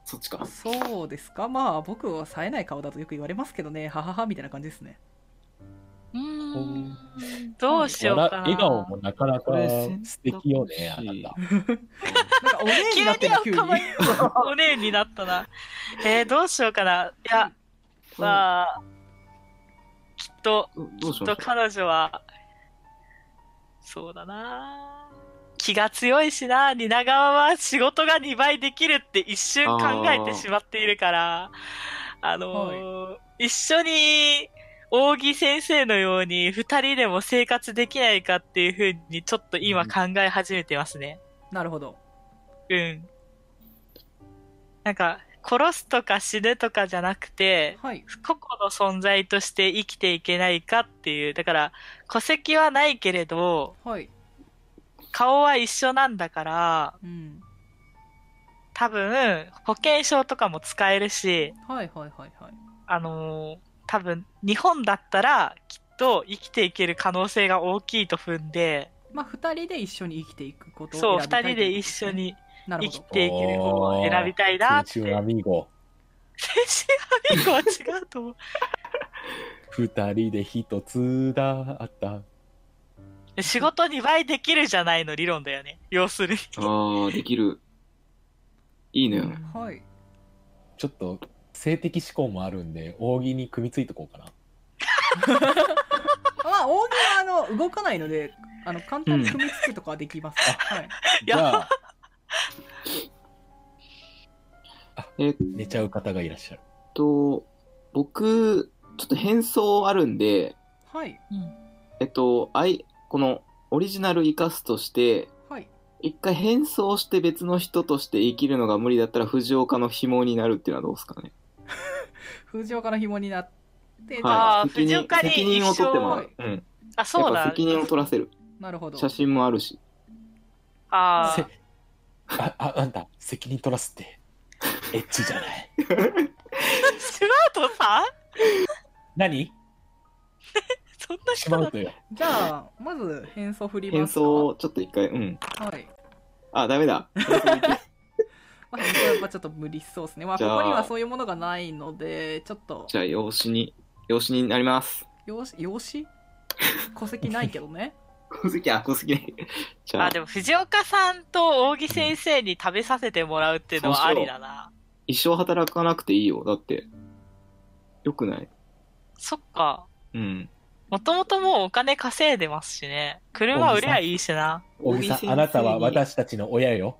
S2: そっちか。
S1: そうですかまあ僕は冴えない顔だとよく言われますけどねはははみたいな感じですね
S3: うーん。どうしようかな。
S4: 笑顔もなかなか
S2: これ選択肢
S4: 素敵よね、あなた。
S1: なんかお姉になってる急
S3: 急に
S1: に
S3: 可愛いお姉になったな。えー、どうしようかな。いや、まあ、きっと、
S2: どどうし
S3: きっ
S2: ました
S3: と彼女は、そうだな気が強いしな蜷川は仕事が2倍できるって一瞬考えてしまっているから、あのー一緒に、扇先生のように二人でも生活できないかっていうふうにちょっと今考え始めてますね。
S1: なるほど
S3: うん。なんか、殺すとか死ぬとかじゃなくて、
S1: はい
S3: 個々の存在として生きていけないかっていう、だから、戸籍はないけれど、
S1: はい
S3: 顔は一緒なんだから、
S1: うん
S3: 多分、保険証とかも使えるし、
S1: はいはいはいはい
S3: あのー多分、日本だったら、きっと生きていける可能性が大きいと踏んで、
S1: まあ二人で一緒に生きていくことを
S3: そう、
S1: 選びた
S3: 二
S1: い
S3: 人
S1: ということす
S3: で一
S1: ね
S3: 緒に
S1: なる
S3: 生
S1: ほ
S3: き
S1: ど
S3: ていける方を選びたいなっ
S4: 空
S3: て。
S4: 中アミーゴ。
S3: 青春アミーゴは違うと思う。
S4: 二人で一つだった。
S3: 仕事2倍できるじゃないの理論だよね。要するに。
S2: ああ、できる。いいね。
S1: はい
S4: ちょっと性的思考もあるんで、扇に組みついてこうかな。
S1: まあ扇はあの動かないのであの簡単に組みつくとかはできます、はい
S4: じゃあ、
S2: えっ
S4: 寝ちゃう方がいらっしゃる。
S2: と、僕、ちょっと変装あるんで、
S1: はい
S2: えっと、あい、このオリジナル生かすとして、
S1: はい
S2: 一回変装して別の人として生きるのが無理だったら藤岡の紐になるっていうのはどうですかね。
S1: 藤岡の紐になって、
S3: あー
S2: 責任
S3: 藤岡に
S2: 責任を取ってもらう。うん。
S3: あ、そう
S2: やっぱ
S3: だ。
S2: 責任を取らせる。
S1: なるほど
S2: 写真もあるし。
S3: あ
S4: せあ、あ、あんた、責任取らすって。エッチじゃない。
S3: ースマートさん
S4: 何
S3: そんな
S4: し
S3: 人
S4: ま
S3: だ
S4: うとよ。
S1: じゃあまず変装振りま
S2: 変
S1: すか
S2: 装をちょっと一回、うん。
S1: はい
S2: あ、ダメだ。
S1: まあ、やっぱちょっと無理そうですね。まあ、こ
S2: じゃあ
S1: こにはそういうものがないので、ちょっと、
S2: じゃあ、養子に、 養子になります。
S1: 養子、養子戸籍ないけどね。
S2: 小関、あ、小関。 じゃあ
S3: あ、で、も藤岡さんと扇先生に食べさせてもらうっていうのはありだな。
S2: 一生働かなくていいよ。だって、よくない
S3: そっか。
S2: うん。
S3: もともともうお金稼いでますしね。車売りゃいいしな。
S4: 小木さ
S2: 小木先生
S4: ん、
S2: に
S4: あなたは私たちの親よ。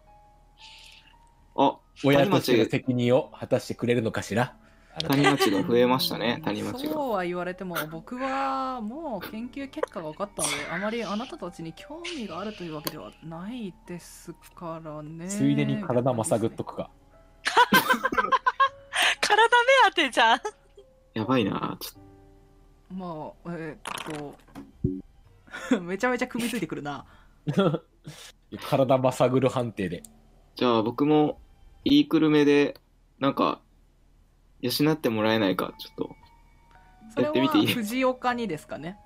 S2: あ、
S4: 親としての責任を果たしてくれるのかしら。あなた
S2: 谷町が増えましたね、谷町が。
S1: そうは言われても、僕はもう研究結果が分かったので、あまりあなたたちに興味があるというわけではないですからね。
S4: ついでに体まさぐっとくか。
S3: 体目当てじゃん。
S2: やばいな。ちょっ
S1: まあ、えーっと、 めちゃめちゃ首ついてくるな。
S4: 体まさぐる判定で。
S2: とじゃあ、僕も、いいくるめで、なんか、養ってもらえないか、ちょっと。
S1: それ
S2: や
S1: は
S2: ってみていい
S1: 藤岡にですかね。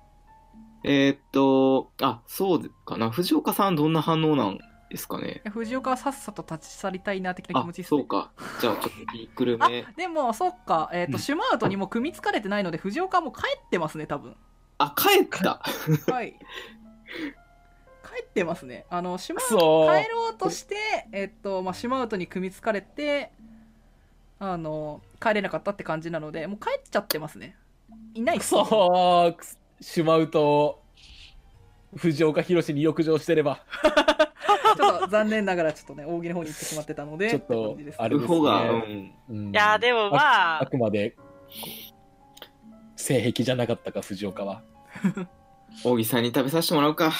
S2: えー、っと、あ、そうかな。藤岡さん、どんな反応なんですかね。
S1: いや藤岡はさっさと立ち去りたいな的な気
S2: あ
S1: 持ちで、す、
S2: そ
S1: ね
S2: う。か。じゃあ、ちょっと、いいくる
S1: あ
S2: め。
S1: でもそっか、えーと
S2: うん
S1: シュマウトにも組みつかれてないので藤岡はもう帰ってますね多 分
S2: あ、帰った。
S1: はい帰ってますねあのシュマ
S4: く
S1: ウ
S4: そ
S1: ト
S4: ー
S1: 帰ろうとしてえっ、と、まあ、シュマウトに組みつかれてあの帰れなかったって感じなのでもう帰っちゃってますねいないっ
S4: く
S1: すね
S4: そーくすしまうと、藤岡弘に浴場してれば、
S1: ちょっと残念ながらちょっとね扇の方に行ってしまってたので
S4: ちょっと
S1: て感じです
S4: あれ
S2: う
S4: です
S2: ほが、う
S4: ね。
S2: ん。
S4: うん
S3: いやー、でもま
S4: あ
S3: あ、
S4: くまで、こう性癖じゃなかったか、藤岡は。
S2: 大木さんに食べさせてもらうか。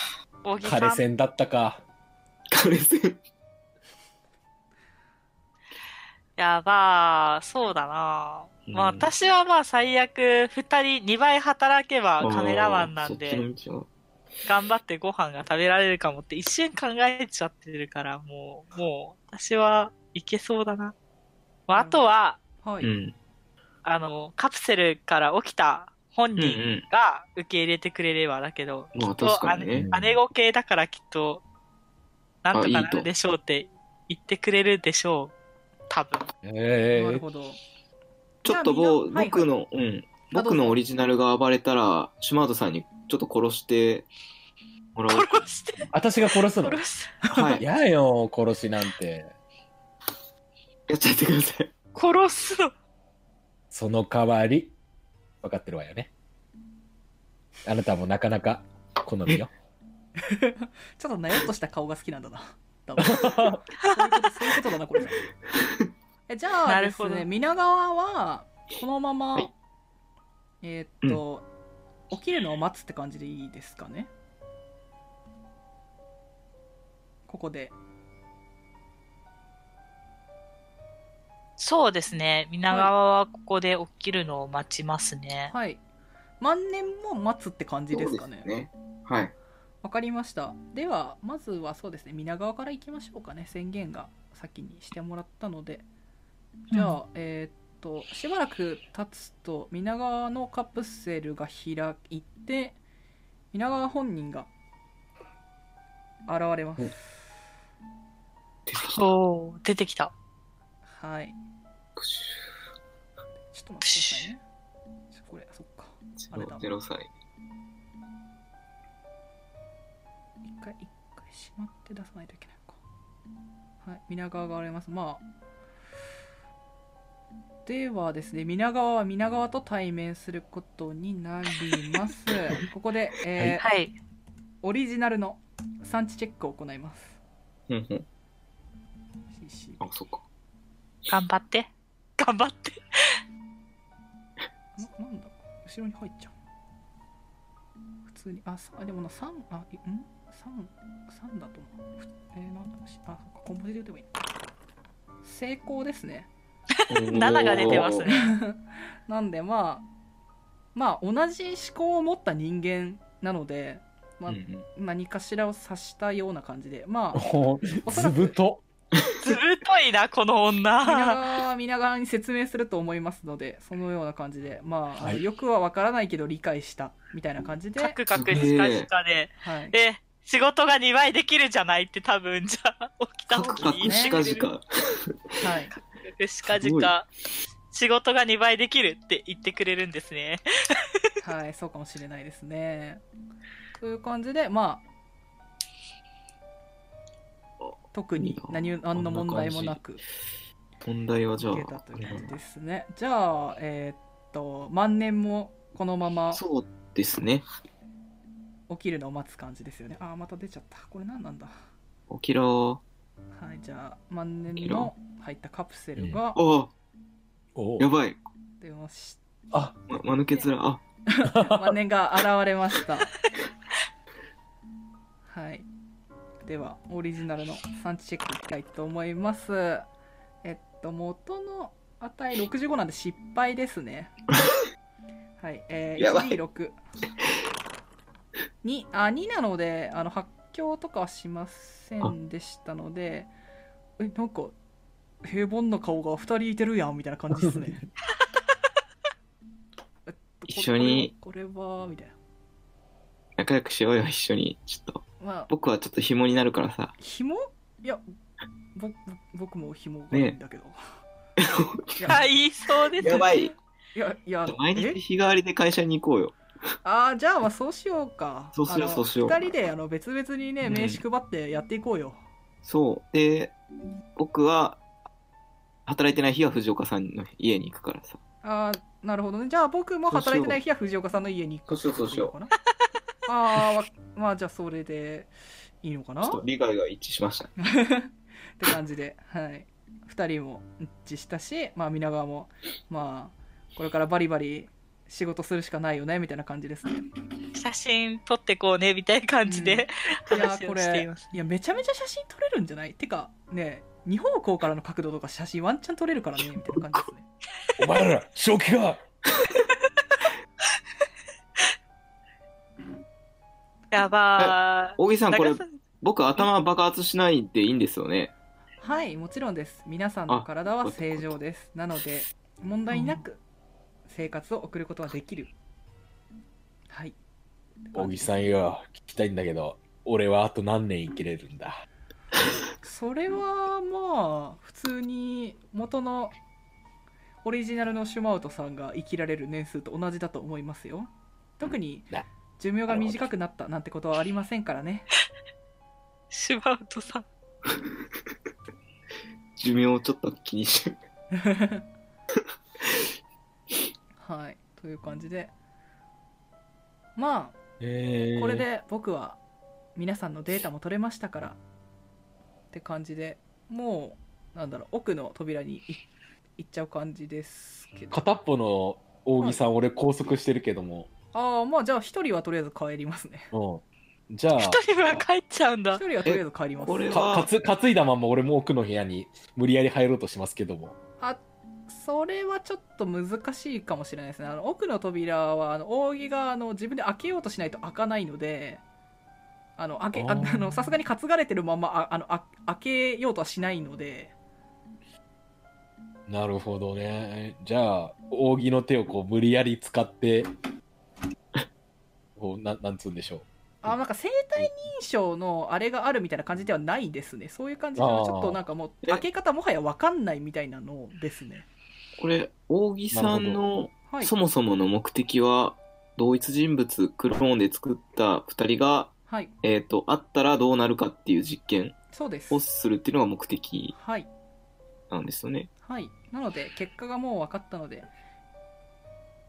S3: 小木さ
S4: 枯れ
S3: ん。
S4: 線だったか。
S2: 彼氏。
S3: やばそうだな。まあ
S2: うん
S3: 私はまあ最悪、二人、二倍働けばカメラマンなんで。
S2: あーそっちの道を
S3: 頑張ってご飯が食べられるかもって一瞬考えちゃってるから、もう、もう、私はいけそうだな。まあ、あとは、
S1: はい、
S2: うん。
S3: あの、カプセルから起きた本
S2: うんう
S3: 人
S2: ん。
S3: が受け入れてくれればだけど、
S2: まあ
S3: と
S2: 確かにね。
S3: 姉子系だからきっと、なんとか
S2: あい
S3: ない
S2: と
S3: るでしょうって言ってくれるでしょう。多分。
S4: え
S1: なる
S4: ー、
S1: ほど。
S2: ちょっと
S1: じゃあみ
S2: ぼ
S1: んなはい
S2: 僕の、
S1: あど
S2: うん、
S1: うぞ
S2: 僕のオリジナルが暴れたら、シュマートさんにちょっと殺してもらおう。
S3: 殺して、
S4: 私が殺すの
S3: 殺して、
S2: はい。
S4: やよ、殺しなんて。
S2: やっちゃってください。
S3: 殺すの。
S4: その代わり、分かってるわよね。あなたもなかなか好みよ。
S1: ちょっとなよっとした顔が好きなんだな。多分そういうことそういうことだな、これ。えじゃあ
S3: な
S1: で
S3: る
S1: す
S3: ほど
S1: ね、皆川は、このまま、
S2: はい
S1: えーっと、起きるのを待つって感じでいいですかね。ここで。
S3: そうですね。皆川はここで起きるのを待ちますね。
S1: はい。万年も待つって感じですか
S2: そ
S1: ね
S2: う。ね。はい。
S1: わかりました。では、まずはそうですね、皆川から行きましょうかね。宣言が先にしてもらったので。じゃあ、えーっと、しばらく経つと、皆川のカプセルが開いて、皆川本人が現れます。
S3: そう、出てきた。
S1: はい。ちょっと待ってくださいね。ちょこれ、そっか。あれだ
S2: ゼロ歳。
S1: 一回、一回しまって出さないといけないのか。はい。皆川が現れます。まあ。ではですね、皆川は皆川と対面することになり ます。ここで、えー
S3: はい。
S1: オリジナルの産地チェックを行います。
S2: うんうん。
S1: CC
S2: あ、そっ か。
S3: 頑張って。頑張って。
S1: ななんだ後ろに入っちゃう。普通に、あ、さあでもな、3、あ、いん ?3、3だと思う。ふえー、なんだし、あ、そっか、コンボで打てばいいのか。成功ですね。
S3: 7が出てますね。
S1: なんでまあまあ同じ思考を持った人間なので、
S2: お
S1: ま
S2: ー。
S1: あ
S2: うんうん
S1: 何かしらを察したような感じでまあ
S4: お
S1: お
S4: ー
S1: そら
S4: ず
S1: く
S4: ぶと。
S3: ずぶといな、この
S1: 皆
S3: 女。
S1: 川は皆川に説明すると思いますのでそのような感じでまあ、
S4: はい
S1: あのよくは分からないけど理解したみたいな感じで、
S3: カクカクチカチカで。
S1: はい、
S3: え、仕事が2倍できるじゃないって多分、じゃあ、起きた
S2: カク
S3: 時
S2: カク
S3: に言って
S2: シ
S3: く
S2: カ
S3: れ
S2: ジ
S3: る。
S2: カ。
S1: はい、
S3: しかじか、仕事が2倍できるって言ってくれるんですね。
S1: はい、そうかもしれないですね。という感じで、まあ、特に何何の問題もなく
S2: 問題はじゃあ
S1: 受けたという感じですね。じゃあ、えーっと、万年もこのまま
S2: そうですね。
S1: 起きるのを待つ感じですよね。あー、また出ちゃった。これ何なんだ。
S2: 起きろ
S1: はい、じゃあ、万年
S2: いい
S1: の
S2: の
S1: 入ったカプセルが
S2: ー。あ
S4: お
S2: あ、やばい。
S1: 出まし
S4: あ、
S2: ま、間抜け面。あ、
S1: た。万年が現れま した。はい。では、オリジナルの産地チェックいきたいと思います。えっと、元の値65なんで失敗です ね。はい、えー、
S2: やばい
S1: 126。2あ2なのであの発狂とかはしませんでしたのでえなんか平凡な顔が2人いてるやんみたいな感じですねえっとこ
S2: 一緒に
S1: これはこれはみたいな
S2: 仲良くしようよ、一緒に。ちょっと。
S1: まあ
S2: 僕はちょっと紐になるからさ。
S1: 紐いやぼ僕も紐がいいんだ けど、いや
S3: あ、言いそうですね。
S2: やばい。
S1: いやいや
S2: 毎
S1: え
S2: 日日替わりで会社に行こうよ。
S1: ああじゃあまあそうしようか
S2: そうしよう
S1: あの
S2: そうしよう
S1: 2人であの別々にね
S2: うん
S1: 名刺配ってやっていこうよ、
S2: そう。で、僕は、働いてない日は藤岡さんの家に行くからさ。
S1: ああなるほどねじゃあ僕も働いてない日は藤岡さんの家に行く
S2: そうしようそうしよう
S1: うああわまあじゃあそれでいいのか
S2: ちょ
S1: な
S2: っと理解が一致しました。
S1: って感じで、はい、2人も一致したし、まあ、皆川も、まあ、これからバリバリ仕事するしかないよねみたいな感じですね。
S3: 写真撮ってこうね、みたいな感じで、
S1: いや
S3: 話
S1: ーこ
S3: をしてい
S1: れ
S3: ます。
S1: いやめちゃめちゃ写真撮れるんじゃないてかね二方向からの角度とか写真ワンチャン撮れる からねみたいな感じですね。
S4: お前ら、正気か
S3: やば
S2: 大木さ
S3: ー。
S2: ん、これ
S3: 長、さん
S2: 僕頭爆発しないでいいんですよね。
S1: はいもちろんです皆さんの体は正常ですなので問題なく生活を送ることはできるはい
S4: 小木さんよ、聞きたいんだけど、俺はあと何年生きれるんだ。
S1: それはまあ普通に元のオリジナルのシュマウトさんが生きられる年数と同じだと思いますよ特に
S4: な
S1: 寿命が短くなったなんてことはありませんからね
S3: シュバウトさん。
S2: 寿命をちょっと気にして。
S1: はいという感じでまあ
S4: え
S1: これで僕は皆さんのデータも取れましたからって感じでもうなんだろう奥の扉にい行っちゃう感じですけど
S4: 片っぽの扇さん、俺拘束してるけども、
S1: ああまあじゃあ一人はとりあえず帰りますね
S4: うん、じゃあ
S3: 一人は帰っちゃうんだ
S1: 一。人はとりあえず帰ります
S2: これ
S4: か
S2: は
S4: か、つ担いだまま俺も奥の部屋に無理やり入ろうとしますけども
S1: あそれはちょっと難しいかもしれないですねあの奥の扉はあの扇があの自分で開けようとしないと開かないのであの開けあ
S4: あー
S1: あのさすがに担がれてるままああのあ開けようとはしないので
S4: なるほどねじゃあ扇の手をこう無理やり使ってこうななんつうんでしょう
S1: あなんか生体認証のあれがあるみたいな感じではないですねそういう感じでち
S4: あー
S1: ょっとなんかもう
S2: え
S1: 開け方もはや分かんないみたいなのですね
S2: これ、扇さんの
S1: はい
S2: そもそもの目的は、同一人物クローンで作った2人が、
S1: はい
S2: えっ、と、会ったらどうなるかっていう実験
S1: そうです
S2: をするっていうのが目的
S1: はい
S2: なんですよね。
S1: はいなので結果がもう分かったので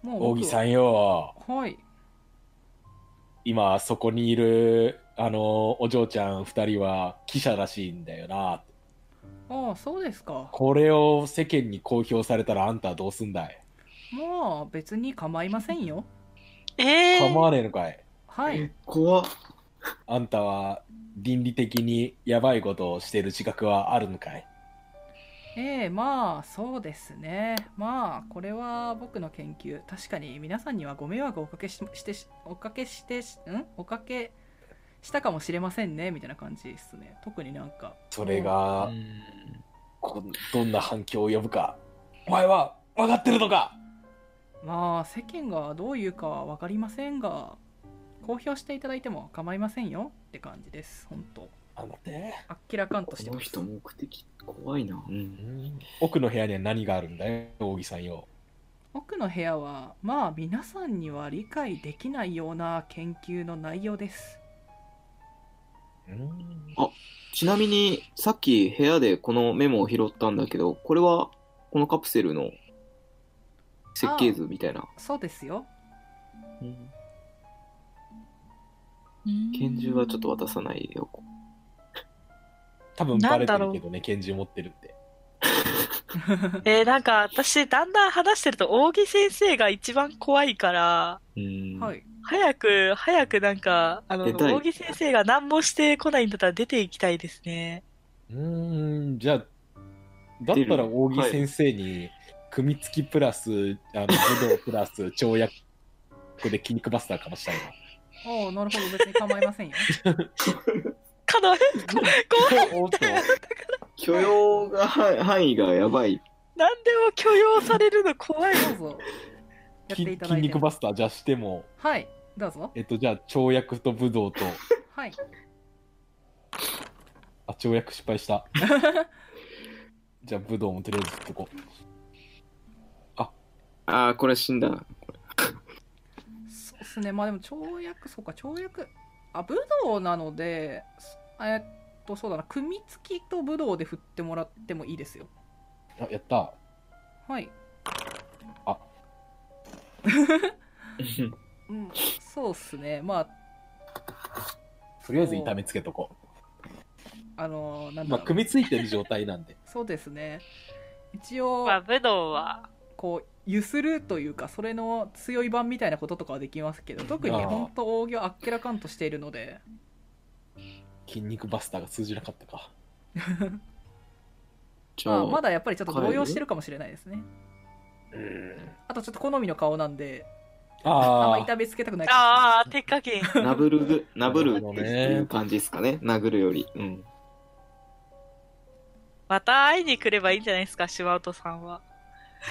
S1: も僕は
S4: 扇さんよ
S1: はい
S4: 今そこにいるあのお嬢ちゃん2人は記者らしいんだよな
S1: ああそうですか
S4: これを世間に公表されたらあんたはどうすんだい
S1: まあ別に構いませんよ
S3: ええ
S4: 構わねえのかい
S1: は
S2: え
S1: い
S2: 怖っ
S4: あんたは倫理的にやばいことをしてる自覚はあるのかい
S1: ええまあそうですねまあこれは僕の研究確かに皆さんにはご迷惑をおかけししてしおかけしてしんおかけしたかもしれませんねみたいな感じですね特になんか
S4: それ
S2: う
S4: が
S2: ん
S4: こどんな反響を呼ぶかお前は分かってるのか
S1: まあ世間がどういうかは分かりませんが公表していただいても構いませんよって感じです本当
S4: あのね
S1: あっきらかんと
S2: こ
S1: して
S2: の
S1: ます
S2: 人目的怖いな。うん。
S4: 奥の部屋には何があるんだよ扇さんよ
S1: 奥の部屋はまあ皆さんには理解できないような研究の内容です
S2: ちなみに、さっき部屋でこのメモを拾ったんだけど、これは、このカプセルの設計図みたいな。
S1: そうです よ
S2: うん拳銃はちょっと渡さないでおこう。
S4: 多分バレてるけどね拳銃持ってるって
S3: えー、なんか私だんだん話してると扇先生が一番怖いから
S2: うん
S1: はい
S3: 早く早くなんかあの
S2: 出たい
S3: 扇先生が何もしてこないんだったら出ていきたいですね
S4: うーんじゃあだったら扇先生に組み付きプラス、あの武道プラ ス跳躍で筋肉バスターかもしれないな
S1: おおなるほど別に構いませんよ
S3: かな
S4: おっと
S2: 許容がは範囲がやばい。
S3: 何でも許容されるの怖い
S1: どうぞやって
S4: 筋
S1: いただ
S4: 筋
S1: いて
S4: 肉バスターじゃあしても
S1: はいどうぞ
S4: えっとじゃあ跳躍と武道と
S1: はい
S4: あ跳躍失敗した じゃあ武道もとりあえず振っとこう
S2: ああ、これは死ん だ。
S1: そうですねまあでも跳躍そうか跳躍あ武道なのでそえっとそうだな組み付きと武道で振ってもらってもいいですよ
S4: あやった
S1: はいうんそうっすねまあ
S4: とりあえず痛めつけとこ
S1: あのーな
S4: うん
S1: だ
S4: まあ
S1: ろう
S4: 組みついてる状態なんで
S1: そうですね一応
S3: まあ武道は
S1: こうゆするというかそれの強い版みたいなこととかはできますけど特に
S4: ああ
S1: 本当扇をあっけらかんとしているので
S4: 筋肉バスターが通じなかったか
S2: じゃ
S1: ま
S2: あ、
S1: あまだやっぱりちょっと動揺してるかもしれないですねあとちょっと好みの顔なんであん
S4: あ
S1: ま
S4: あ
S1: 痛めつけたくないかもしれない
S3: ああ手加減
S2: 殴る ぐ、殴るって
S4: なるほど
S2: い
S4: ね
S2: う感じですかね。殴るより。うん。
S3: また会いに来ればいいんじゃないですかシワウトさんは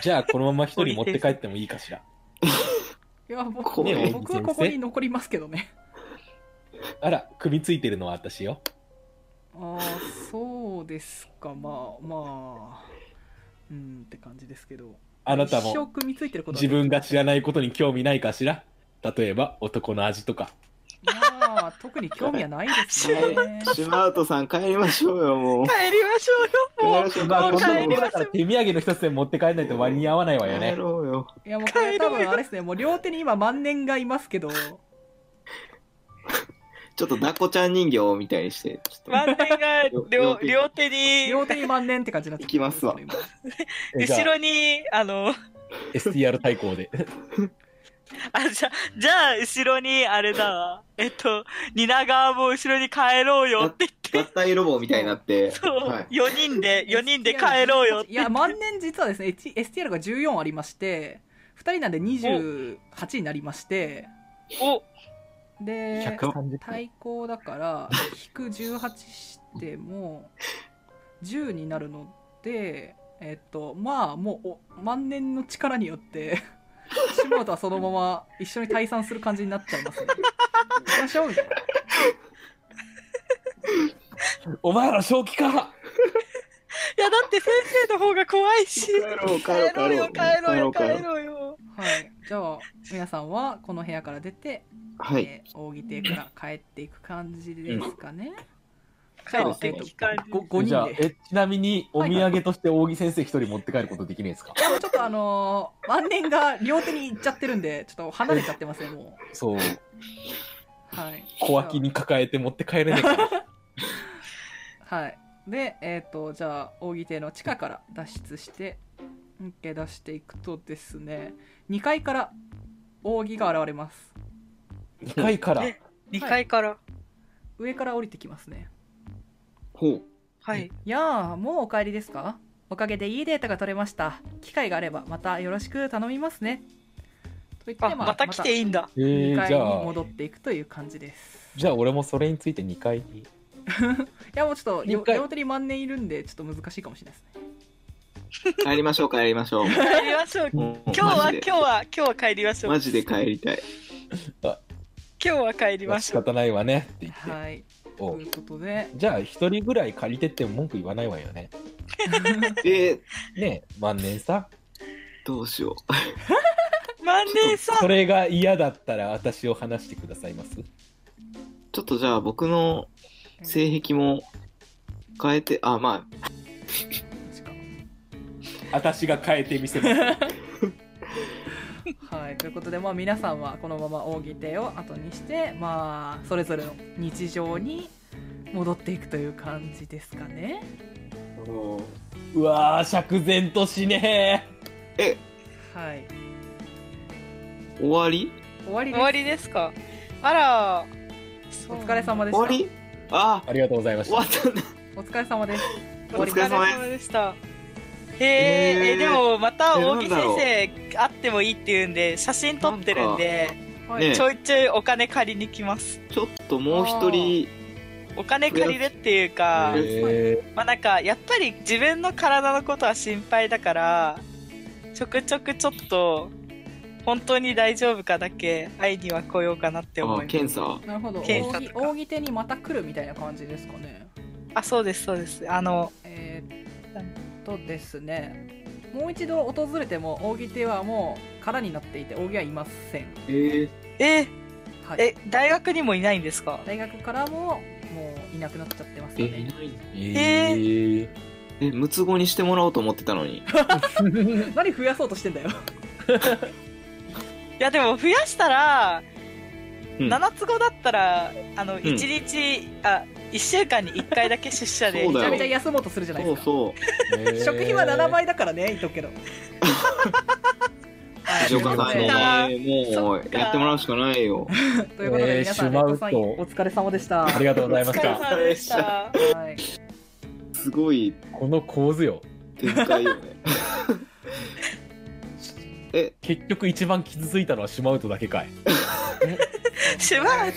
S4: じゃあこのまま一人持って帰ってもいいかしら
S1: いや僕
S2: 怖い
S1: 僕はここに残りますけどね
S4: あら組みついてるのは私よ
S1: ああそうですかまあまあうんって感じですけど
S4: あなた
S1: 一生
S4: も
S1: 組みついてることは
S4: 自分が知らないことに興味ないかしら例えば男の味とか。
S1: まあ特に興味はないです ね
S2: シマウトさん帰りましょうよ、もう。
S3: 帰 りましょうよ、もう。
S2: 帰り
S4: まあ、
S2: ま
S4: こ
S2: し
S4: ん
S2: ょう
S4: なところだから手土産の一つで持って帰らないと割に合わないわよ
S2: 帰
S4: ね。
S2: ろうよ。
S1: いやもうこれ多分あれですねもう両手に今万年がいますけど
S2: ちょっとダコちゃん人形みたいにして、ちょっ
S3: 万年が両
S2: 両
S3: 両手に、
S1: 両手に万年って感じになって
S2: 行きますわ
S1: 今
S4: えじゃあ
S3: 後ろに、あの、
S4: STR 対抗で。
S3: あ、じゃ、じゃあ、後ろに、あれだわ。えっと、蜷川も後ろに帰ろうよって言っ
S2: と。合体ロボみたいになって、
S3: そう、
S2: はい。
S3: 4人で、4人で帰ろうよって。
S1: いや万年実はですね H- STR が14ありまして2人なんで28になりまして
S3: お、
S1: で
S4: 130回。
S1: 対抗だから引く18しても10になるのでえっとまあもうお万年の力によって島とはそのまま一緒に退散する感じになっちゃいますね。行きましょうみたいな。
S4: お前ら正気か
S3: いや、だって先生の方が怖いし。
S2: 帰ろう、帰
S3: 帰
S2: ろう、
S3: ろうよ、帰ろうよ、帰ろうよ。
S1: はい、じゃあ皆さんはこの部屋から出て、
S2: はい。
S1: えー扇亭から帰っていく感じですかね。じ
S3: 帰
S1: ゃあ
S3: っ、
S1: えっ
S3: て
S1: と
S3: きた
S1: ご
S4: う
S1: 5
S4: じゃあ
S1: 人で。
S4: え、ちなみにお土産として扇先生一人持って帰ることできねえですか、
S1: でもちょっとあのー、万年が両手に行っちゃってるんで、ちょっと離れちゃってますね、も
S4: そう。
S1: う。はい。
S4: 小脇に抱えて持って帰れないから。
S1: はい。で、えっ、と、じゃあ、扇亭の地下から脱出して、抜け出していくとですね、2階から扇が現れます。
S4: 2階から。
S3: ね2階から。
S1: 上から降りてきますね。
S2: ほう。
S3: はい。
S1: やあ、もうお帰りですかおかげでいいデータが取れました。機会があれば、またよろしく頼みますね。と言って、
S3: あ、また来ていいんだ。
S4: え
S1: 2
S4: ー、
S1: 階
S4: じ
S1: に
S4: ゃあ、
S1: 戻っていくという感じです。
S4: じゃあ俺もそれについて2階に。
S1: いやもうちょっと両
S4: 二階
S1: 両手に万年いるんでちょっと難しいかもしれないですね。
S2: 帰りましょう、帰りましょう。
S3: 帰りましょう。
S2: もう
S3: 今日は、
S2: マジ
S3: 今
S2: で
S3: 日は、今日は帰りましょう。
S2: マ
S3: 今
S2: ジで帰りたい。
S3: 日は帰り
S4: まあ
S3: ま
S4: 仕
S3: しょう。
S4: 方ないわねって言って。
S1: はい。
S4: お
S1: と
S4: う
S1: いうことで
S4: じゃあ一人ぐらい借りてっても文句言わないわよね。
S2: えー、
S4: ねえ、万年さ。
S2: どうしよ
S3: 万年さ
S4: そ
S3: ん。
S4: れが嫌だったら私を話してくださいます。
S2: う。ちょっとじゃあ僕の性癖も変えて、あ、まあ、
S4: 私が変えてみせます。
S1: はいということでまあ皆さんはこのまま扇手を後にしてまあそれぞれの日常に戻っていくという感じですかね。
S4: うわー、釈然としね
S1: はい。
S2: 終わり
S1: 終わり
S3: 終
S1: です。
S3: わりですかあら。
S1: お疲れ様で
S2: 終
S1: した。
S2: わりあ
S4: え。ありがとうございまし
S2: 終わ
S4: た。
S2: ったんだ。
S1: お疲れ様です。
S2: お疲れ様です
S3: でした。
S2: へ
S3: へ
S2: ー
S3: え、えでもまた
S2: え
S3: 大木先生会ってもいいって言うんで写真撮ってるんで
S1: は
S2: ねえ
S3: ちょいちょいお金借りに来ます
S2: ちょっともう一人、
S3: お金借りるっていうか
S2: え
S4: え
S3: まあなんかやっぱり自分の体のことは心配だからちょくちょくちょっと本当に大丈夫かだけ会いには来ようかなって思い
S2: あ
S3: ます
S2: 検査。
S1: なるほど。
S3: 検査
S1: 扇
S3: とか
S1: 扇手にまた来るみたいな感じですかね。
S3: あそうですそうですあの
S1: えーっとですねもう一度訪れても扇手はもう空になっていて扇はいません、
S2: えー、
S3: え
S1: はい、
S3: え大学にもいないんですか
S1: 大学からももういなくなっちゃってます
S2: え
S1: よね
S4: ー、えー、
S2: え、ムツゴにしてもらおうと思ってたのに。
S1: 何増やそうとしてんだよ
S3: いやでも増やしたら、
S2: うん
S3: 7つ後だったらあの
S2: ん
S3: 1日、あ1週間に1回だけ出社で
S2: そう
S1: め
S2: だ
S1: ち
S2: よ
S1: ゃめちゃ休もうとするじゃない
S2: そ
S1: で
S2: う
S1: すか
S2: そう。
S1: 食費は7倍だからね言っとく けどはい
S2: 藤岡さんの前、も
S3: そっ
S2: う
S3: か
S2: やってもらうしかないよ。
S1: ということで
S4: えー
S1: 皆さん
S4: シュマウト
S1: レッドサインお疲れ様でした
S4: ありがとうございま
S3: お
S4: し
S3: 疲れ
S4: た。
S3: 様でした
S1: はい
S2: すごい
S4: この構図よ。
S2: 展開よね。え、
S4: 結局一番傷ついたのはシマウトだけかい。
S3: しばらくい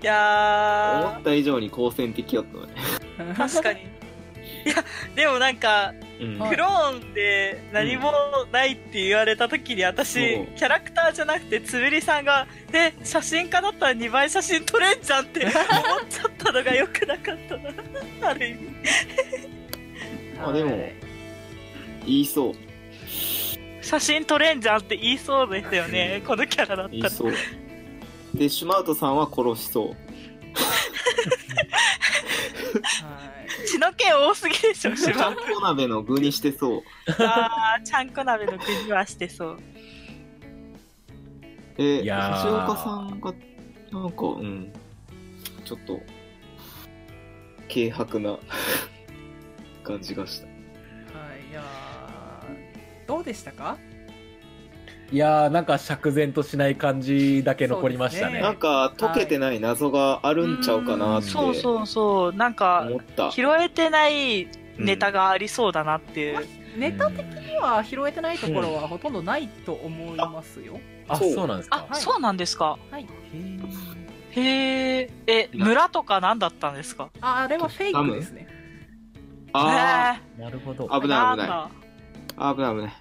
S2: 思
S3: や
S2: った以上に好戦的やったね。
S3: ー確かにいやでもなんか
S2: うん
S1: はい
S3: クローンで何もないって言われた時に私、
S2: うん
S3: キャラクターじゃなくてつぶりさんが「え写真家だったら2倍写真撮れんじゃん」って思っちゃったのが良くな かったなある意味
S2: あでも
S1: はい
S2: 言いそう
S3: 写真撮れんじゃんって言いそうですよねこのキャラだった
S2: 言い
S3: ら
S2: そうでシュマウトさんは殺しそう
S1: はい
S3: 血の剣多すぎでしょ
S2: ち
S3: し
S2: ゃ
S3: ま
S2: んこ鍋の具にしてそう
S3: あーちゃんこ鍋の具にはしてそう
S2: え
S4: い
S2: 橋
S4: やー
S2: 岡さんがなんかうんちょっと軽薄な 感じがした
S1: はいいやーどうでしたか
S4: いやーなんか釈然としない感じだけ残りまし
S1: そ
S4: た
S1: うです
S4: ね
S2: なんか解けてない謎があるんちゃうかなって
S3: そう
S2: 思
S3: そうそうなんか
S2: った
S3: 拾えてないネタがありそうだなっていう、
S1: ネタ的には拾えてないところはほとんどないと思いますよ、
S4: あ
S2: そう
S4: そうなんです
S3: あ
S4: か、
S1: はい
S3: そうなんですか
S1: はい
S3: へえ、え、村とか何だったんですか
S1: ああれはフェイクですね
S2: あ
S3: へ
S4: なるほど
S2: あ
S3: え
S2: 危ない危ない
S3: んだ
S2: あ危ない危ない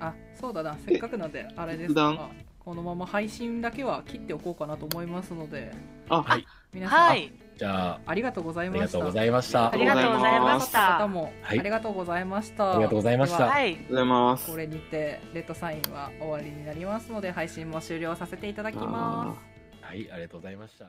S1: あそうだなせっかくなんであれです
S2: 普段
S1: がこのまま配信だけは切っておこうかなと思いますので
S2: あ、
S4: はい
S1: 皆さん、
S3: はい。
S4: じゃあ
S1: ありがとうござい
S4: あ
S1: ま
S4: り
S1: した
S4: がとうございまし
S2: あ
S4: た
S3: あ
S2: り
S3: り
S2: が
S3: が
S2: と
S3: と
S2: うご
S3: うご
S2: ざ
S3: ざ
S2: い
S3: い
S2: ま
S3: ま
S2: し
S3: した
S1: 方
S3: た。
S1: もあ
S4: はい
S1: りがとうございました、
S4: ありがとうございました
S1: では
S3: は
S2: おは
S3: い。
S2: ようございます
S1: これにてレッドサインは終わりになりますので配信も終了させていただきます
S2: あー
S4: はいありがとうございました